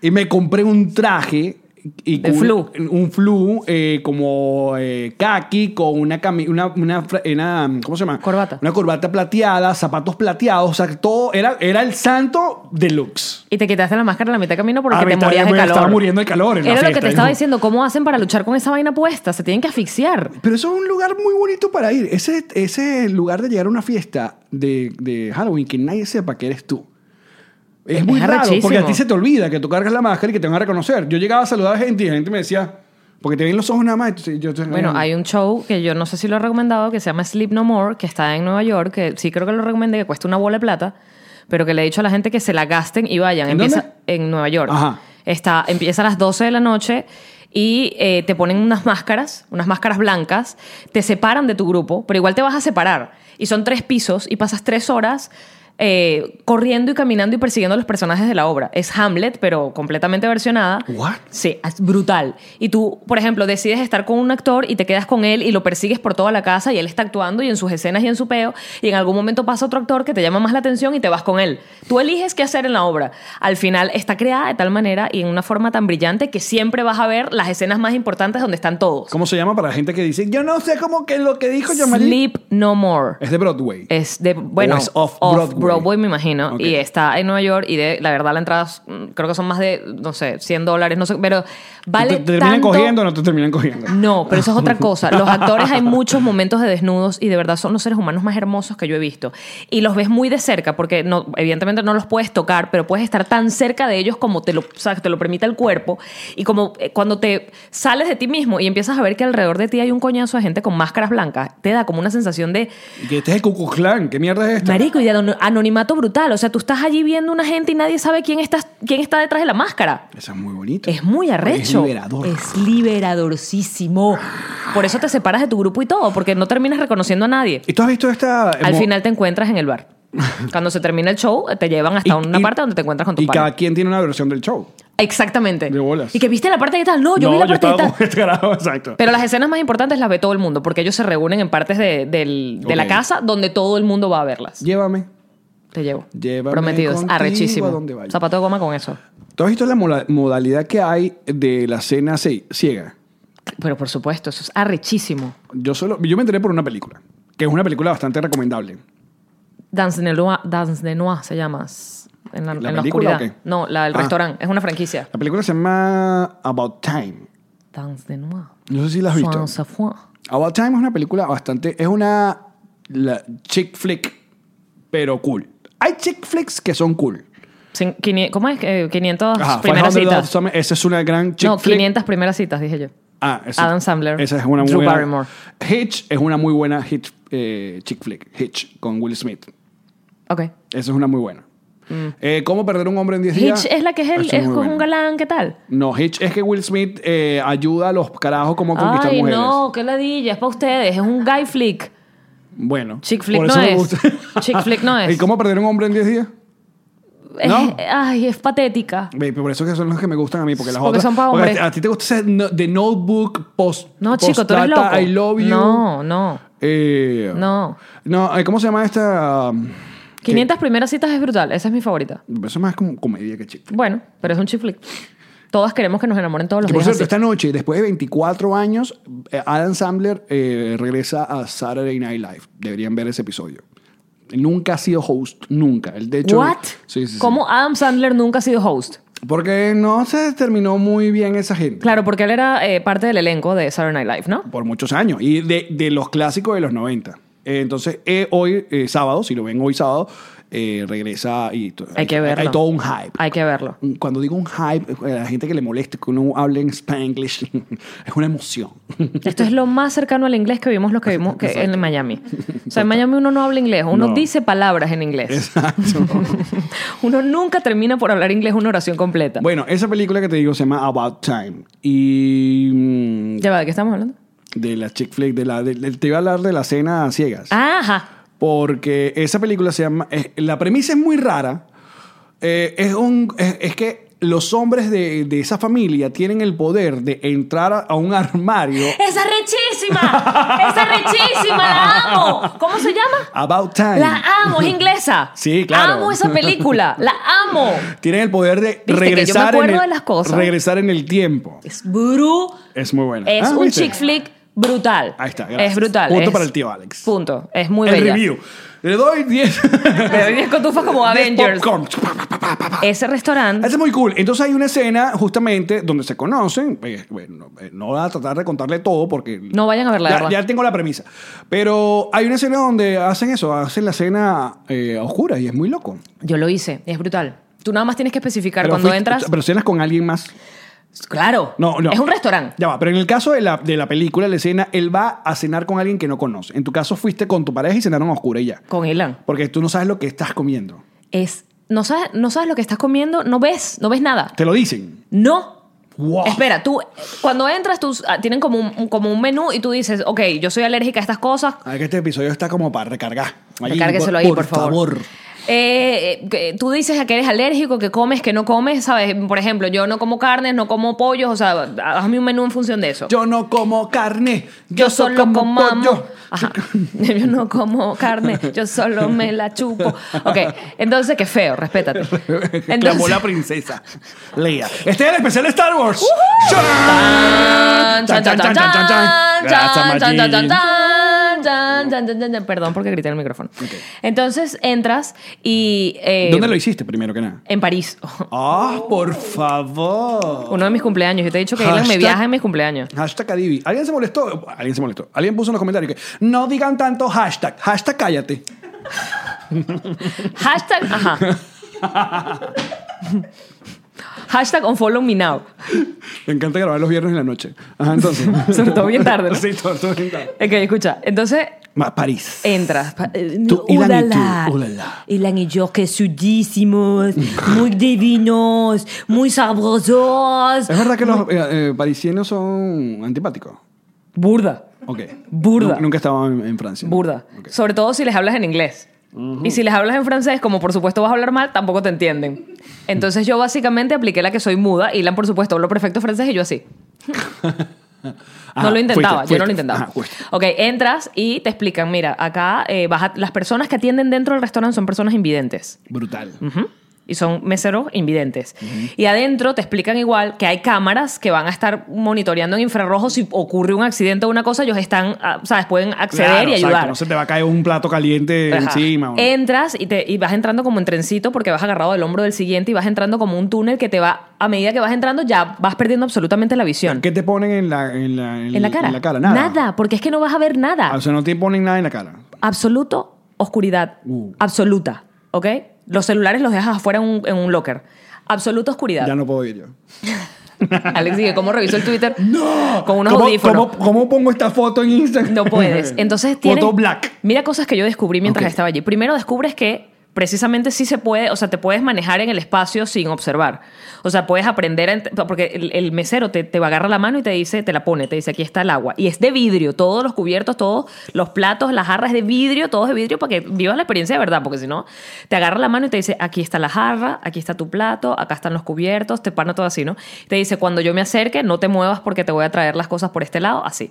Y me compré un traje. Y De con- flu. Un flu eh, como eh, kaki con una, cami- una, una, fra- una- ¿cómo se llama? Corbata. Una corbata plateada, zapatos plateados, o sea, todo era, era el santo deluxe. Y te quitaste la máscara a la mitad de camino porque Ah, A te mitad morías me de calor. Estaba muriendo de calor en la Era lo fiesta, que te y estaba no. diciendo. ¿Cómo hacen para luchar con esa vaina puesta? Se tienen que asfixiar. Pero eso es un lugar muy bonito para ir. Ese, ese lugar de llegar a una fiesta de, de Halloween que nadie sepa que eres tú. Es Es muy raro, arrechísimo. porque a ti se te olvida que tú cargas la máscara y que te van a reconocer. Yo llegaba a saludar a gente y la gente me decía, porque te ven los ojos nada más. entonces yo, ah, Bueno, hay un show que yo no sé si lo he recomendado, que se llama Sleep No More, que está en Nueva York, que sí creo que lo recomendé, que cuesta una bola de plata, pero que le he dicho a la gente que se la gasten y vayan. ¿En empieza dónde? en Nueva York. Ajá. Está, empieza a las 12 de la noche y eh, te ponen unas máscaras, unas máscaras blancas, te separan de tu grupo, pero igual te vas a separar. Y son tres pisos y pasas tres horas. eh, corriendo y caminando y persiguiendo a los personajes de la obra. Es Hamlet, pero completamente versionada. What? Sí, es brutal. Y tú, por ejemplo, decides estar con un actor y te quedas con él y lo persigues por toda la casa y él está actuando y en sus escenas y en su peo y en algún momento pasa otro actor que te llama más la atención y te vas con él. Tú eliges qué hacer en la obra. Al final está creada de tal manera y en una forma tan brillante que siempre vas a ver las escenas más importantes donde están todos. ¿Cómo se llama para la gente que dice, yo no sé cómo que lo que dijo Yamalí? Sleep Eh, No More. Es de Broadway. Es de, bueno, O es off Broadway. Broadway, me imagino. Ok. Y está en Nueva York. Y de, la verdad, la entrada mm, creo que son más de, no sé, 100 dólares, no sé. Pero vale. ¿Te, te terminan tanto- cogiendo o no te terminan cogiendo? No, pero eso es otra cosa. Los actores hay muchos momentos de desnudos y de verdad son los seres humanos más hermosos que yo he visto. Y los ves muy de cerca porque no, evidentemente no los puedes tocar, pero puedes estar tan cerca de ellos como te lo, o sea, te lo permite el cuerpo. Y como eh, cuando te sales de ti mismo y empiezas a ver que alrededor de ti hay un coñazo de gente con máscaras blancas, te da como una sensación de, Y que este es el Ku Klux Klan, ¿qué mierda es esto? marico, y de anon- anonimato brutal. O sea, tú estás allí viendo una gente y nadie sabe quién está, quién está detrás de la máscara. Eso es muy bonito. Es muy arrecho. Es liberador. Es liberadorcísimo. Por eso te separas de tu grupo y todo, porque no terminas reconociendo a nadie. ¿Y tú has visto esta...? Al mo- final te encuentras en el bar. Cuando se termina el show, te llevan hasta y- una y- parte donde te encuentras con tu Y pana. cada quien tiene una versión del show. Exactamente. De bolas. Y que viste la parte de tal. No, yo no, vi la parte de estaba tal. con este carajo, exacto. Pero las escenas más importantes las ve todo el mundo, porque ellos se reúnen en partes de, del- de la Ok. casa donde todo el mundo va a verlas. Llévame. Te llevo. Llévame Prometidos. contigo Arrechísimo. a donde vaya. Zapato de goma con eso. ¿Tú has visto la mola- modalidad que hay de la cena ci- ciega? Pero por supuesto, eso es arrechísimo. Yo solo... Yo me enteré por una película, que es una película bastante recomendable. Dance de Noir, Dance de Noir se llama. s- En la, ¿La en la película oscuridad. o qué? No, la del Ah. restaurante. Es una franquicia. La película se llama About Time. Dance de Noir. No sé si la has visto. Soins à foin. About Time es una película bastante. Es una la, chick flick, pero cool. Hay chick flicks que son cool. Cin- quini- ¿Cómo es? Eh, 500 Ajá, primeras 500 Love citas. Summer, Esa es una gran chick No, flick. 500 primeras citas, dije yo. Ah, esa- Adam Sandler, Esa es una muy Drew buena. Barrymore. Hitch es una muy buena hit, eh, chick flick. Hitch con Will Smith. Ok. Esa es una muy buena. Eh, ¿Cómo perder un hombre en 10 días? Mm. Hitch es la que es, el, Ah, Esa es muy con un buena. galán, ¿qué tal? No, Hitch es que Will Smith eh, ayuda a los carajos como a conquistar Ay, mujeres. no, qué ladilla, es para ustedes. Es un guy flick. Bueno. Chick flick por no eso me es. gusta. Chick flick no es. ¿Y cómo perder un hombre en 10 días? Es- No. Ay, es patética. Ve, Por eso que son los que me gustan a mí, porque las Porque otras. son pa' porque hombres. a, ti- a ti te gusta ese no- de notebook, post. No, chico, tú eres postdata, loco. I love you. No, no, Eh, no. No, eh, ¿cómo se llama esta? um, 500 primeras citas es brutal. Esa es mi favorita. que- eso es más como comedia que chick. Bueno, pero es un chick flick. Todas queremos que nos enamoren todos los Que por días. cierto, así. esta noche, después de 24 años, eh, Adam Sandler eh, regresa a Saturday Night Live. Deberían ver ese episodio. Nunca ha sido host, nunca. Él, de hecho, ¿What? Sí, sí, sí. ¿Cómo Adam Sandler nunca ha sido host? Porque no se terminó muy bien esa gente. Claro, porque él era eh, parte del elenco de Saturday Night Live, ¿no? por muchos años y de, de los clásicos de los 90. Eh, Entonces, eh, hoy, eh, sábado, si lo ven hoy sábado, eh, regresa y to- Hay que verlo. Hay todo un hype. Hay que verlo. Cuando digo un hype, eh, a la gente que le moleste que uno hable en spanglish, es una emoción. Esto es lo más cercano al inglés que vimos los que vimos que en Miami. O sea, en Miami uno no habla inglés, uno No. dice palabras en inglés. Exacto. Uno nunca termina por hablar inglés una oración completa. bueno, esa película que te digo se llama About Time. Y mm, Ya va, ¿de qué estamos hablando? de la chick flick, de la, de- de- te iba a hablar de la cena a ciegas. Ah. Ajá. Porque esa película se llama. es- la premisa es muy rara. Eh, es, un, es, es que los hombres de, de esa familia tienen el poder de entrar a, a un armario. ¡Esa es rechísima! ¡Esa es rechísima! ¡La amo! ¿Cómo se llama? About time. La amo, es inglesa. Sí, claro. Amo esa película, la amo. Tienen el poder de que yo me regresar, en acuerdo el, de las cosas. regresar en el tiempo. Es bru. Es muy buena. Es Ah, un ¿viste? chick flick brutal. Ahí está, gracias. Es brutal. Punto es- para el tío Alex. Punto. Es muy El bella. review. Le doy 10. Pero vienes con tufas como Avengers. Popcorn. Ese restaurante. Ese es muy cool. Entonces hay una escena justamente donde se conocen. Eh, Bueno, eh, no voy a tratar de contarle todo porque... No vayan a verla, de Ya, verdad. ya tengo la premisa. Pero hay una escena donde hacen eso, hacen la escena eh, a oscura y es muy loco. Yo lo hice. Es brutal. Tú nada más tienes que especificar Pero cuando fuiste- entras. Pero cenas con alguien más. claro. No, no. Es un restaurante. Ya va, pero en el caso de la, de la película, la escena, él va a cenar con alguien que no conoce. En tu caso fuiste con tu pareja y cenaron a oscura y ya. Con Elan. Porque tú no sabes lo que estás comiendo. Es. No sabes, no sabes lo que estás comiendo, no ves, no ves nada. Te lo dicen. No. Wow. Espera, tú, eh, cuando entras, tú, ah, tienen como un, un- como un menú y tú dices, ok, yo soy alérgica a estas cosas, A ver que este episodio está como para recargar. Allí, Recárgueselo ahí, por, favor. Eh, eh, que tú dices a que eres alérgico, que comes, que no comes, ¿sabes? Por ejemplo, yo no como carnes, no como pollos, o sea, hazme un menú en función de eso. Yo no como carne. Yo, Yo solo como amo- pollo. Ajá. Yo no como carne, yo solo me la chupo. Ok, entonces qué feo, respétate. Clamó Entonces- la princesa. Lea. Este es el especial de Star Wars. Uh-huh. Tan, ¡Chan! chan, chan, chan, chan, chan, Gracias, chan, chan, Maggie. chan, Chan, chan, chan, chan, chan, chan. Perdón porque grité en el micrófono. Entonces entras y. eh, ¿Dónde lo hiciste primero que nada? En París. ¡Ah, por favor! Uno de mis cumpleaños. Yo te he dicho que Dylan me Hashtag- viaja en mis cumpleaños. Hashtag Adivi. ¿Alguien se molestó? Alguien se molestó. Alguien puso en los comentarios que no digan tanto hashtag. Hashtag cállate. Hashtag, ajá. Hashtag unfollow me now. Me encanta grabar los viernes en la noche. Ajá, entonces. Sobre todo bien tarde, ¿no? Sí, sobre todo bien tarde. Ok, escucha. Entonces Ma- París. entras. pa- eh, Tú, Ilan y tú, ulala. ulala. Ilan y yo, que sudísimos, muy divinos, muy sabrosos. Es verdad que los eh, eh, parisianos son antipáticos. Burda. Ok. Burda. Nu- Nunca he estado en, en Francia. Burda. Ok. Sobre todo si les hablas en inglés. Y si les hablas en francés, como por supuesto vas a hablar mal, tampoco te entienden. Entonces yo básicamente apliqué la que soy muda. Ilan, por supuesto, habló perfecto francés y yo así. Ajá, no lo intentaba, fuiste, yo no lo fuiste. intentaba. Ajá, fuiste. ok, entras y te explican, mira, acá eh, vas a- las personas que atienden dentro del restaurante son personas invidentes. Brutal. Ujú. Y son meseros invidentes. Y adentro te explican igual que hay cámaras que van a estar monitoreando en infrarrojo si ocurre un accidente o una cosa, ellos están, ah, ¿sabes? Pueden acceder Claro, y exacto, ayudar. No se te va a caer un plato caliente Ajá. encima. o- Entras y, te, y vas entrando como en trencito porque vas agarrado del hombro del siguiente y vas entrando como un túnel que te va, a medida que vas entrando ya vas perdiendo absolutamente la visión. ¿Qué te ponen en la, en la, en ¿En la cara? en la cara? Nada. Ah, porque es que no vas a ver nada. O sea, no te ponen nada en la cara. Absoluto, oscuridad. Uh. Absoluta, ¿ok? Los celulares los dejas afuera en un, en un locker. Absoluta oscuridad. Ya no puedo ir yo. Alex sigue, ¿cómo reviso el Twitter? ¡No! Con unos ¿Cómo, audífonos. cómo- cómo pongo esta foto en Instagram? No puedes. Entonces tienes... Foto black. Mira cosas que yo descubrí mientras Ok. estaba allí. Primero descubres que precisamente sí se puede, o sea, te puedes manejar en el espacio sin observar. O sea, puedes aprender a... ent- Porque el, el mesero te, te agarra la mano y te dice, te la pone, te dice, aquí está el agua. Y es de vidrio, todos los cubiertos, todos los platos, las jarras de vidrio, todos de vidrio para que vivas la experiencia de verdad, porque si no, te agarra la mano y te dice, aquí está la jarra, aquí está tu plato, acá están los cubiertos, te pana todo así, ¿no? Te dice, cuando yo me acerque, no te muevas porque te voy a traer las cosas por este lado, así.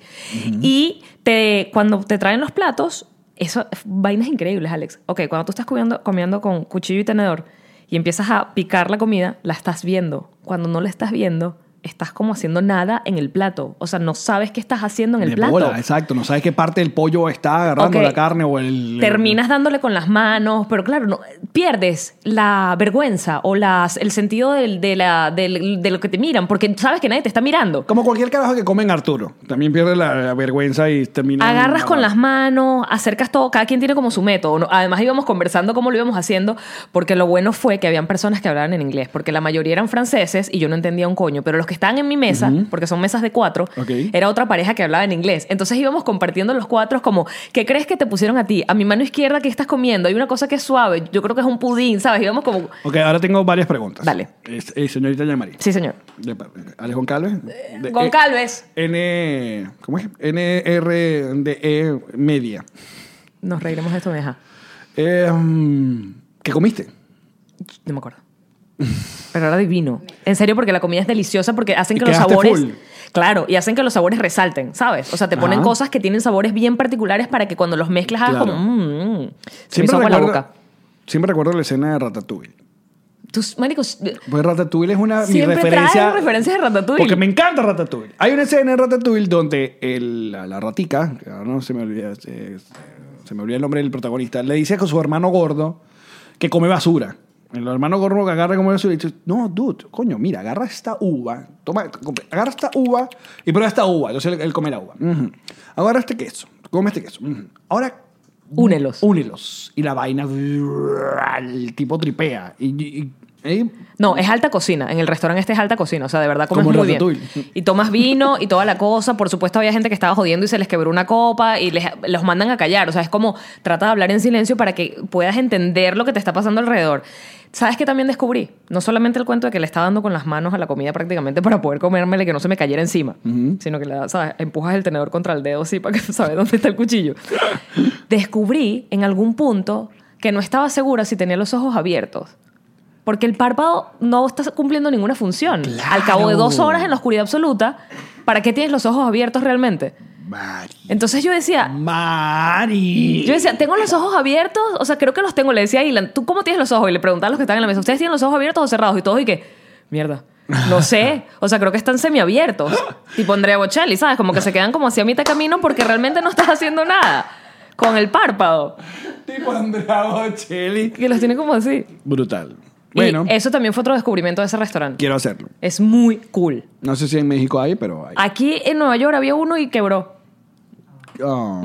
Y te, cuando te traen los platos, eso, vainas increíbles, Alex. Ok, cuando tú estás comiendo, comiendo con cuchillo y tenedor y empiezas a picar la comida, la estás viendo. Cuando no la estás viendo, estás como haciendo nada en el plato. O sea, no sabes qué estás haciendo en el De plato. bola, exacto. No sabes qué parte del pollo está agarrando Ok. la carne o el. Terminas dándole con las manos, pero claro, no, pierdes la vergüenza o las, el sentido del- de, la, del- de lo que te miran, porque sabes que nadie te está mirando. Como cualquier carajo que come en Arturo. También pierde la, la vergüenza y termina. Agarras con las manos, acercas todo, cada quien tiene como su método. ¿no? Además íbamos conversando cómo lo íbamos haciendo, porque lo bueno fue que habían personas que hablaban en inglés, porque la mayoría eran franceses y yo no entendía un coño, pero los que estaban en mi mesa, porque son mesas de cuatro, Ok. era otra pareja que hablaba en inglés. Entonces íbamos compartiendo los cuatro como, ¿qué crees que te pusieron a ti? A mi mano izquierda, ¿qué estás comiendo? Hay una cosa que es suave, yo creo que es un pudín, ¿sabes? Íbamos como... Ok, ahora tengo varias preguntas. Dale. Es- eh, señorita Yamari. Sí, señor. De par- eh, Alex Goncalves. De- Goncalves. eh, N. ¿Cómo es? NRDE Media. Nos reiremos de esto, me deja. Eh, mm, ¿Qué comiste? No me acuerdo. Pero era divino. En serio, porque la comida es deliciosa porque hacen Y que los quedaste sabores. full. Claro, y hacen que los sabores resalten, ¿sabes? O sea, te ponen Ajá. cosas que tienen sabores bien particulares para que cuando los mezclas hagas Claro. como. "Mm, mm". Se me hizo agua en la boca. siempre recuerdo la escena de Ratatouille. Tú, marico, Pues Ratatouille es una mi Siempre referencia. traes referencias de Ratatouille. Porque me encanta Ratatouille. Hay una escena en Ratatouille donde el- la, la ratica, que ahora no se me olvida, eh, se me olvida el nombre del protagonista, le dice con su hermano gordo que come basura. El hermano gordo que agarra y come basura y dice, no, dude, coño, mira, agarra esta uva, toma, compre- agarra esta uva y prueba esta uva. Entonces él, él come la uva. Ujú. Agarra este queso, come este queso. Ujú. Ahora únelos. únelos. Y la vaina, el tipo tripea. Y, y- y- No, es alta cocina. En el restaurante este es alta cocina. O sea, de verdad comes Como muy bien. Ratatouille. Y tomas vino y toda la cosa. Por supuesto, había gente que estaba jodiendo y se les quebró una copa y les, los mandan a callar. O sea, es como trata de hablar en silencio para que puedas entender lo que te está pasando alrededor. ¿Sabes qué también descubrí? No solamente el cuento de que le estaba dando con las manos a la comida prácticamente para poder comérmela y que no se me cayera encima, sino que la, ¿sabes? empujas el tenedor contra el dedo así para que sabes dónde está el cuchillo. descubrí en algún punto que no estaba segura si tenía los ojos abiertos. Porque el párpado no está cumpliendo ninguna función. Al cabo de dos horas en la oscuridad absoluta, ¿para qué tienes los ojos abiertos realmente? Mari. Entonces yo decía, Mari. yo decía, ¿tengo los ojos abiertos? O sea, creo que los tengo. Le decía a Ilan, ¿tú cómo tienes los ojos? Y le preguntaba a los que estaban en la mesa, ¿ustedes tienen los ojos abiertos o cerrados? Y todos, y que, mierda, no sé. O sea, creo que están semiabiertos. Tipo Andrea Bocelli, ¿sabes? Como que se quedan como hacia mitad de camino porque realmente no estás haciendo nada. con el párpado. Tipo Andrea Bocelli. Que los tiene como así. Brutal. Y Bueno, eso también fue otro descubrimiento de ese restaurante. quiero hacerlo. Es muy cool. No sé si en México hay, pero hay. Aquí en Nueva York había uno y quebró. Oh.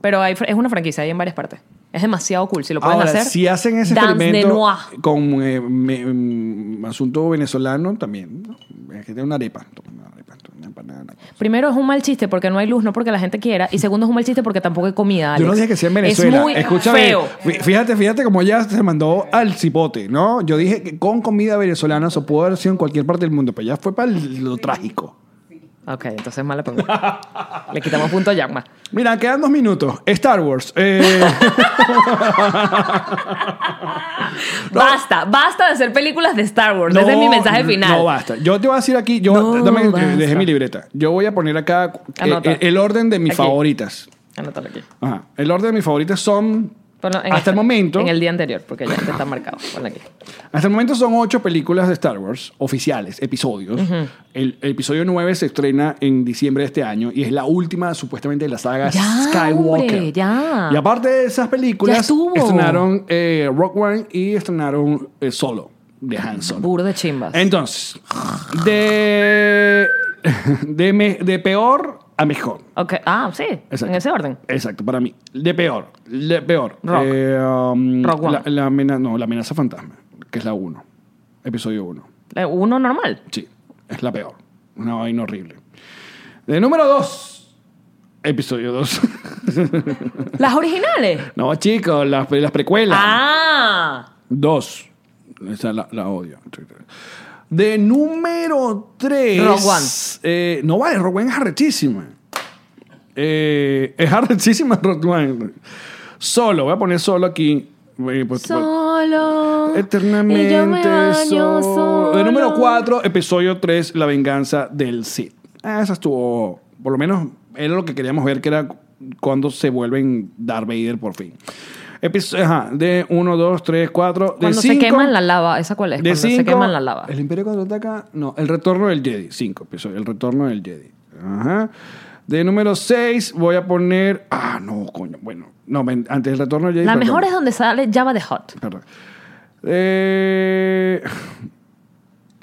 Pero hay fr- es una franquicia, hay en varias partes. Es demasiado cool. Si lo pueden Ahora, hacer. si hacen ese Dance de experimento Noir. con eh, me- mm, asunto venezolano, también. ¿no? Es que tiene una arepa. Una arepa, una empanada, una cosa. Primero es un mal chiste porque no hay luz, no porque la gente quiera. Y segundo es un mal chiste porque tampoco hay comida. Yo no Alex. dije que sea en Venezuela. Es muy Escúchame, feo. fí- Fíjate, fíjate como ella se mandó al cipote, ¿no? Yo dije que con comida venezolana eso pudo haber sido en cualquier parte del mundo, pero ya fue para lo trágico. Ok, entonces mala pregunta. Le quitamos punto a Yagma. Mira, quedan dos minutos. Star Wars. Eh, Basta, basta de hacer películas de Star Wars. Ese es no, mi mensaje final. No basta. Yo te voy a decir aquí, yo No dame- basta. dejé mi libreta. Yo voy a poner acá eh, Anota. el, el orden de mis Aquí. favoritas. Anótalo aquí. Ajá. El orden de mis favoritas son. Ponlo en este, hasta el momento. En el día anterior, porque ya está marcado. Ponlo aquí. Hasta el momento son ocho películas de Star Wars oficiales, episodios. el, el episodio 9 se estrena en diciembre de este año y es la última supuestamente de la saga Ya, Skywalker. hombre, ya. Y aparte de esas Ya películas, estuvo. estrenaron eh, Rock One y estrenaron eh, Solo de Han Solo. Burda de chimbas. Entonces, de, de, me- de peor a mejor. Ok, Ah, sí. Exacto. En ese orden. Exacto, para mí. De peor, de peor. Rock. Eh, um, Rock One. la, la amena- no, la amenaza fantasma, que es la 1, episodio 1. Eh, Uno normal. Sí, es la peor. Una vaina horrible. De número 2, episodio 2. Las originales. no, chicos, las, las precuelas. Ah. Dos. Esa la, la odio. De número tres. Rogue One. eh, no vale, Rogue One es arrechísima. Eh, es arrechísima Rogue One. Solo, voy a poner solo aquí. Eh, pues, Solo. Eternamente. Y yo me baño solo. solo. De número 4, episodio 3, La venganza del Sith. Ah, esa estuvo. Por lo menos era lo que queríamos ver, que era cuando se vuelven Darth Vader por fin. Epis- ajá, de 1, 2, 3, 4. Cuando se queman la lava. ¿Esa cuál es? De Cuando se cinco, queman la lava. El Imperio contraataca. No, el retorno del Jedi. 5 episodios. El retorno del Jedi. Ajá. De número 6 voy a poner. Ah, no, coño. Bueno, no, men- antes del retorno del Jedi. La perdón. mejor es donde sale Java de Hot. Perdón. Eh,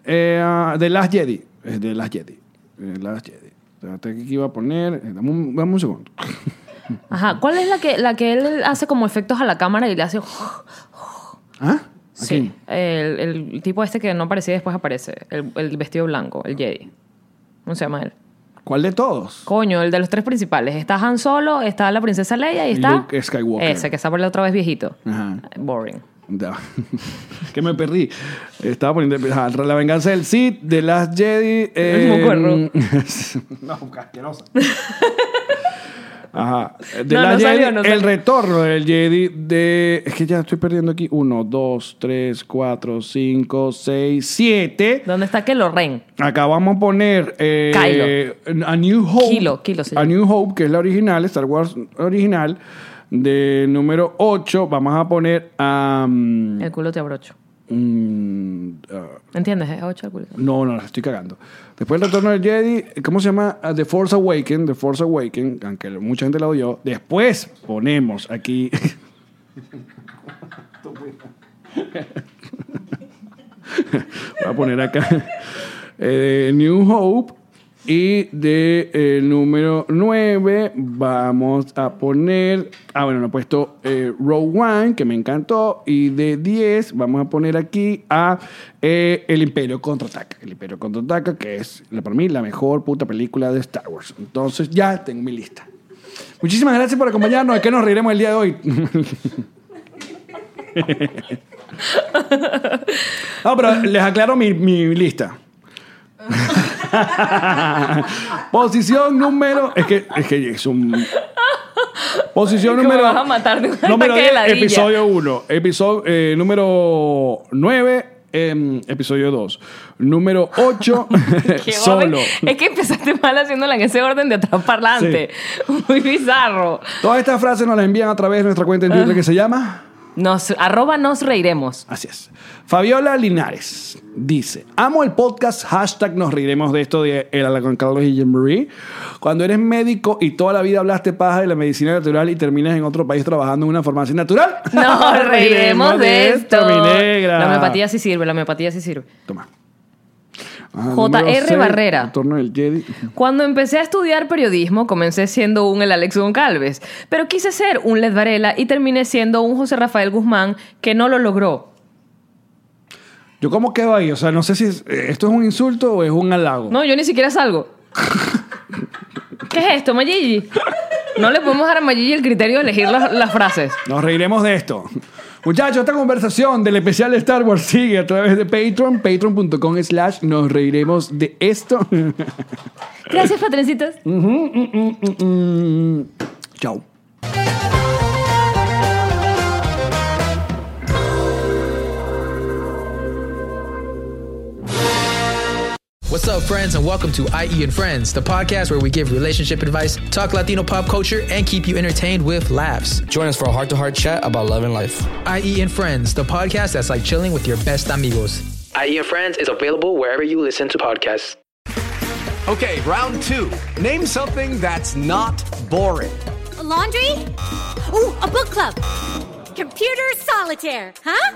eh, ah, The Last Jedi. Es The Last Jedi. The Last Jedi. Espérate, ¿Qué iba a poner? Eh, Dame un, dame un segundo. Ajá. ¿Cuál es la que, la que él hace como efectos a la cámara y le hace. ¡oh! ¿Ah? ¿A Sí. quién? El, el tipo este que no aparecía y después aparece. El, el vestido blanco, el Jedi. ¿Cómo se llama él? ¿Cuál de todos? Coño, el de los tres principales. Está Han Solo, está la princesa Leia y está. Luke Skywalker. Mm. Ese que sale otra vez viejito. Ajá. Boring. Ya. que me perdí. Estaba poniendo. ajá, la venganza del Sith, The Last Jedi. Eh, Un no, asquerosa. Ajá. The No, Last no Jedi, salió, no el salió. retorno del Jedi de. Es que ya estoy perdiendo aquí. 1, 2, 3, 4, 5, 6, 7. ¿Dónde está que lo ren? Acá vamos a poner eh, A New Hope. Kilo, Kilo se llama. A New Hope, que es la original, Star Wars original. De número 8, vamos a poner a. mm, El culo te abrocho. mm, ah, ¿Entiendes? Es ocho el culo. no, no, la estoy cagando. Después del retorno del Jedi, ¿cómo se llama? Ah, The Force Awaken, The Force Awaken, aunque mucha gente la odió. Después ponemos aquí. Voy a poner acá. eh, New Hope. Y de eh, número 9 vamos a poner. Ah, bueno, no he puesto eh, Rogue One, que me encantó. Y de 10 vamos a poner aquí a eh, El Imperio Contraataca. El Imperio Contraataca, que es la- para mí la mejor puta película de Star Wars. Entonces ya tengo mi lista. Muchísimas gracias por acompañarnos. ¿De qué nos reiremos el día de hoy? No, pero les aclaro mi, mi lista. Posición número. Es que es, que es un. Posición Como número. vas a matar de un número ataque de ladilla. episodio 1. Episodio eh, número 9. episodio 2. Número 8. Qué solo. joven. Es que empezaste mal haciéndola en ese orden de atrás para adelante. Muy bizarro. Todas estas frases nos las envían a través de nuestra cuenta en Twitter que se llama. Nos, arroba nos reiremos. Así es. Fabiola Linares dice: Amo el podcast, hashtag nos reiremos de esto de El Ala con Carlos y Jean Marie. Cuando eres médico y toda la vida hablaste paja de la medicina natural y terminas en otro país trabajando en una farmacia natural. Nos reiremos de esto. mi negra. La homeopatía sí sirve, la homeopatía sí sirve. Toma. Ah, número J.R. seis, Barrera. Retorno del Jedi. Cuando empecé a estudiar periodismo, comencé siendo un el Alex Goncalves, pero quise ser un Led Varela y terminé siendo un José Rafael Guzmán que no lo logró. Yo, ¿cómo quedo ahí? O sea, no sé si es- eh, esto es un insulto o es un halago. No, yo ni siquiera salgo. ¿Qué es esto, Mayigi? No le podemos dar a Mayigi el criterio de elegir las, las frases. Nos reiremos de esto. Muchachos, esta conversación del especial de Star Wars sigue a través de Patreon, patreon.com slash nos reiremos de esto. Gracias, patrencitos. Chao. What's up, friends, and welcome to IE and Friends, the podcast where we give relationship advice, talk Latino pop culture, and keep you entertained with laughs. Join us for a heart to heart chat about love and life. IE and Friends, the podcast that's like chilling with your best amigos. IE E and Friends is available wherever you listen to podcasts. Okay, round two. Name something that's not boring. laundry? Ooh, a book club. Computer solitaire, huh?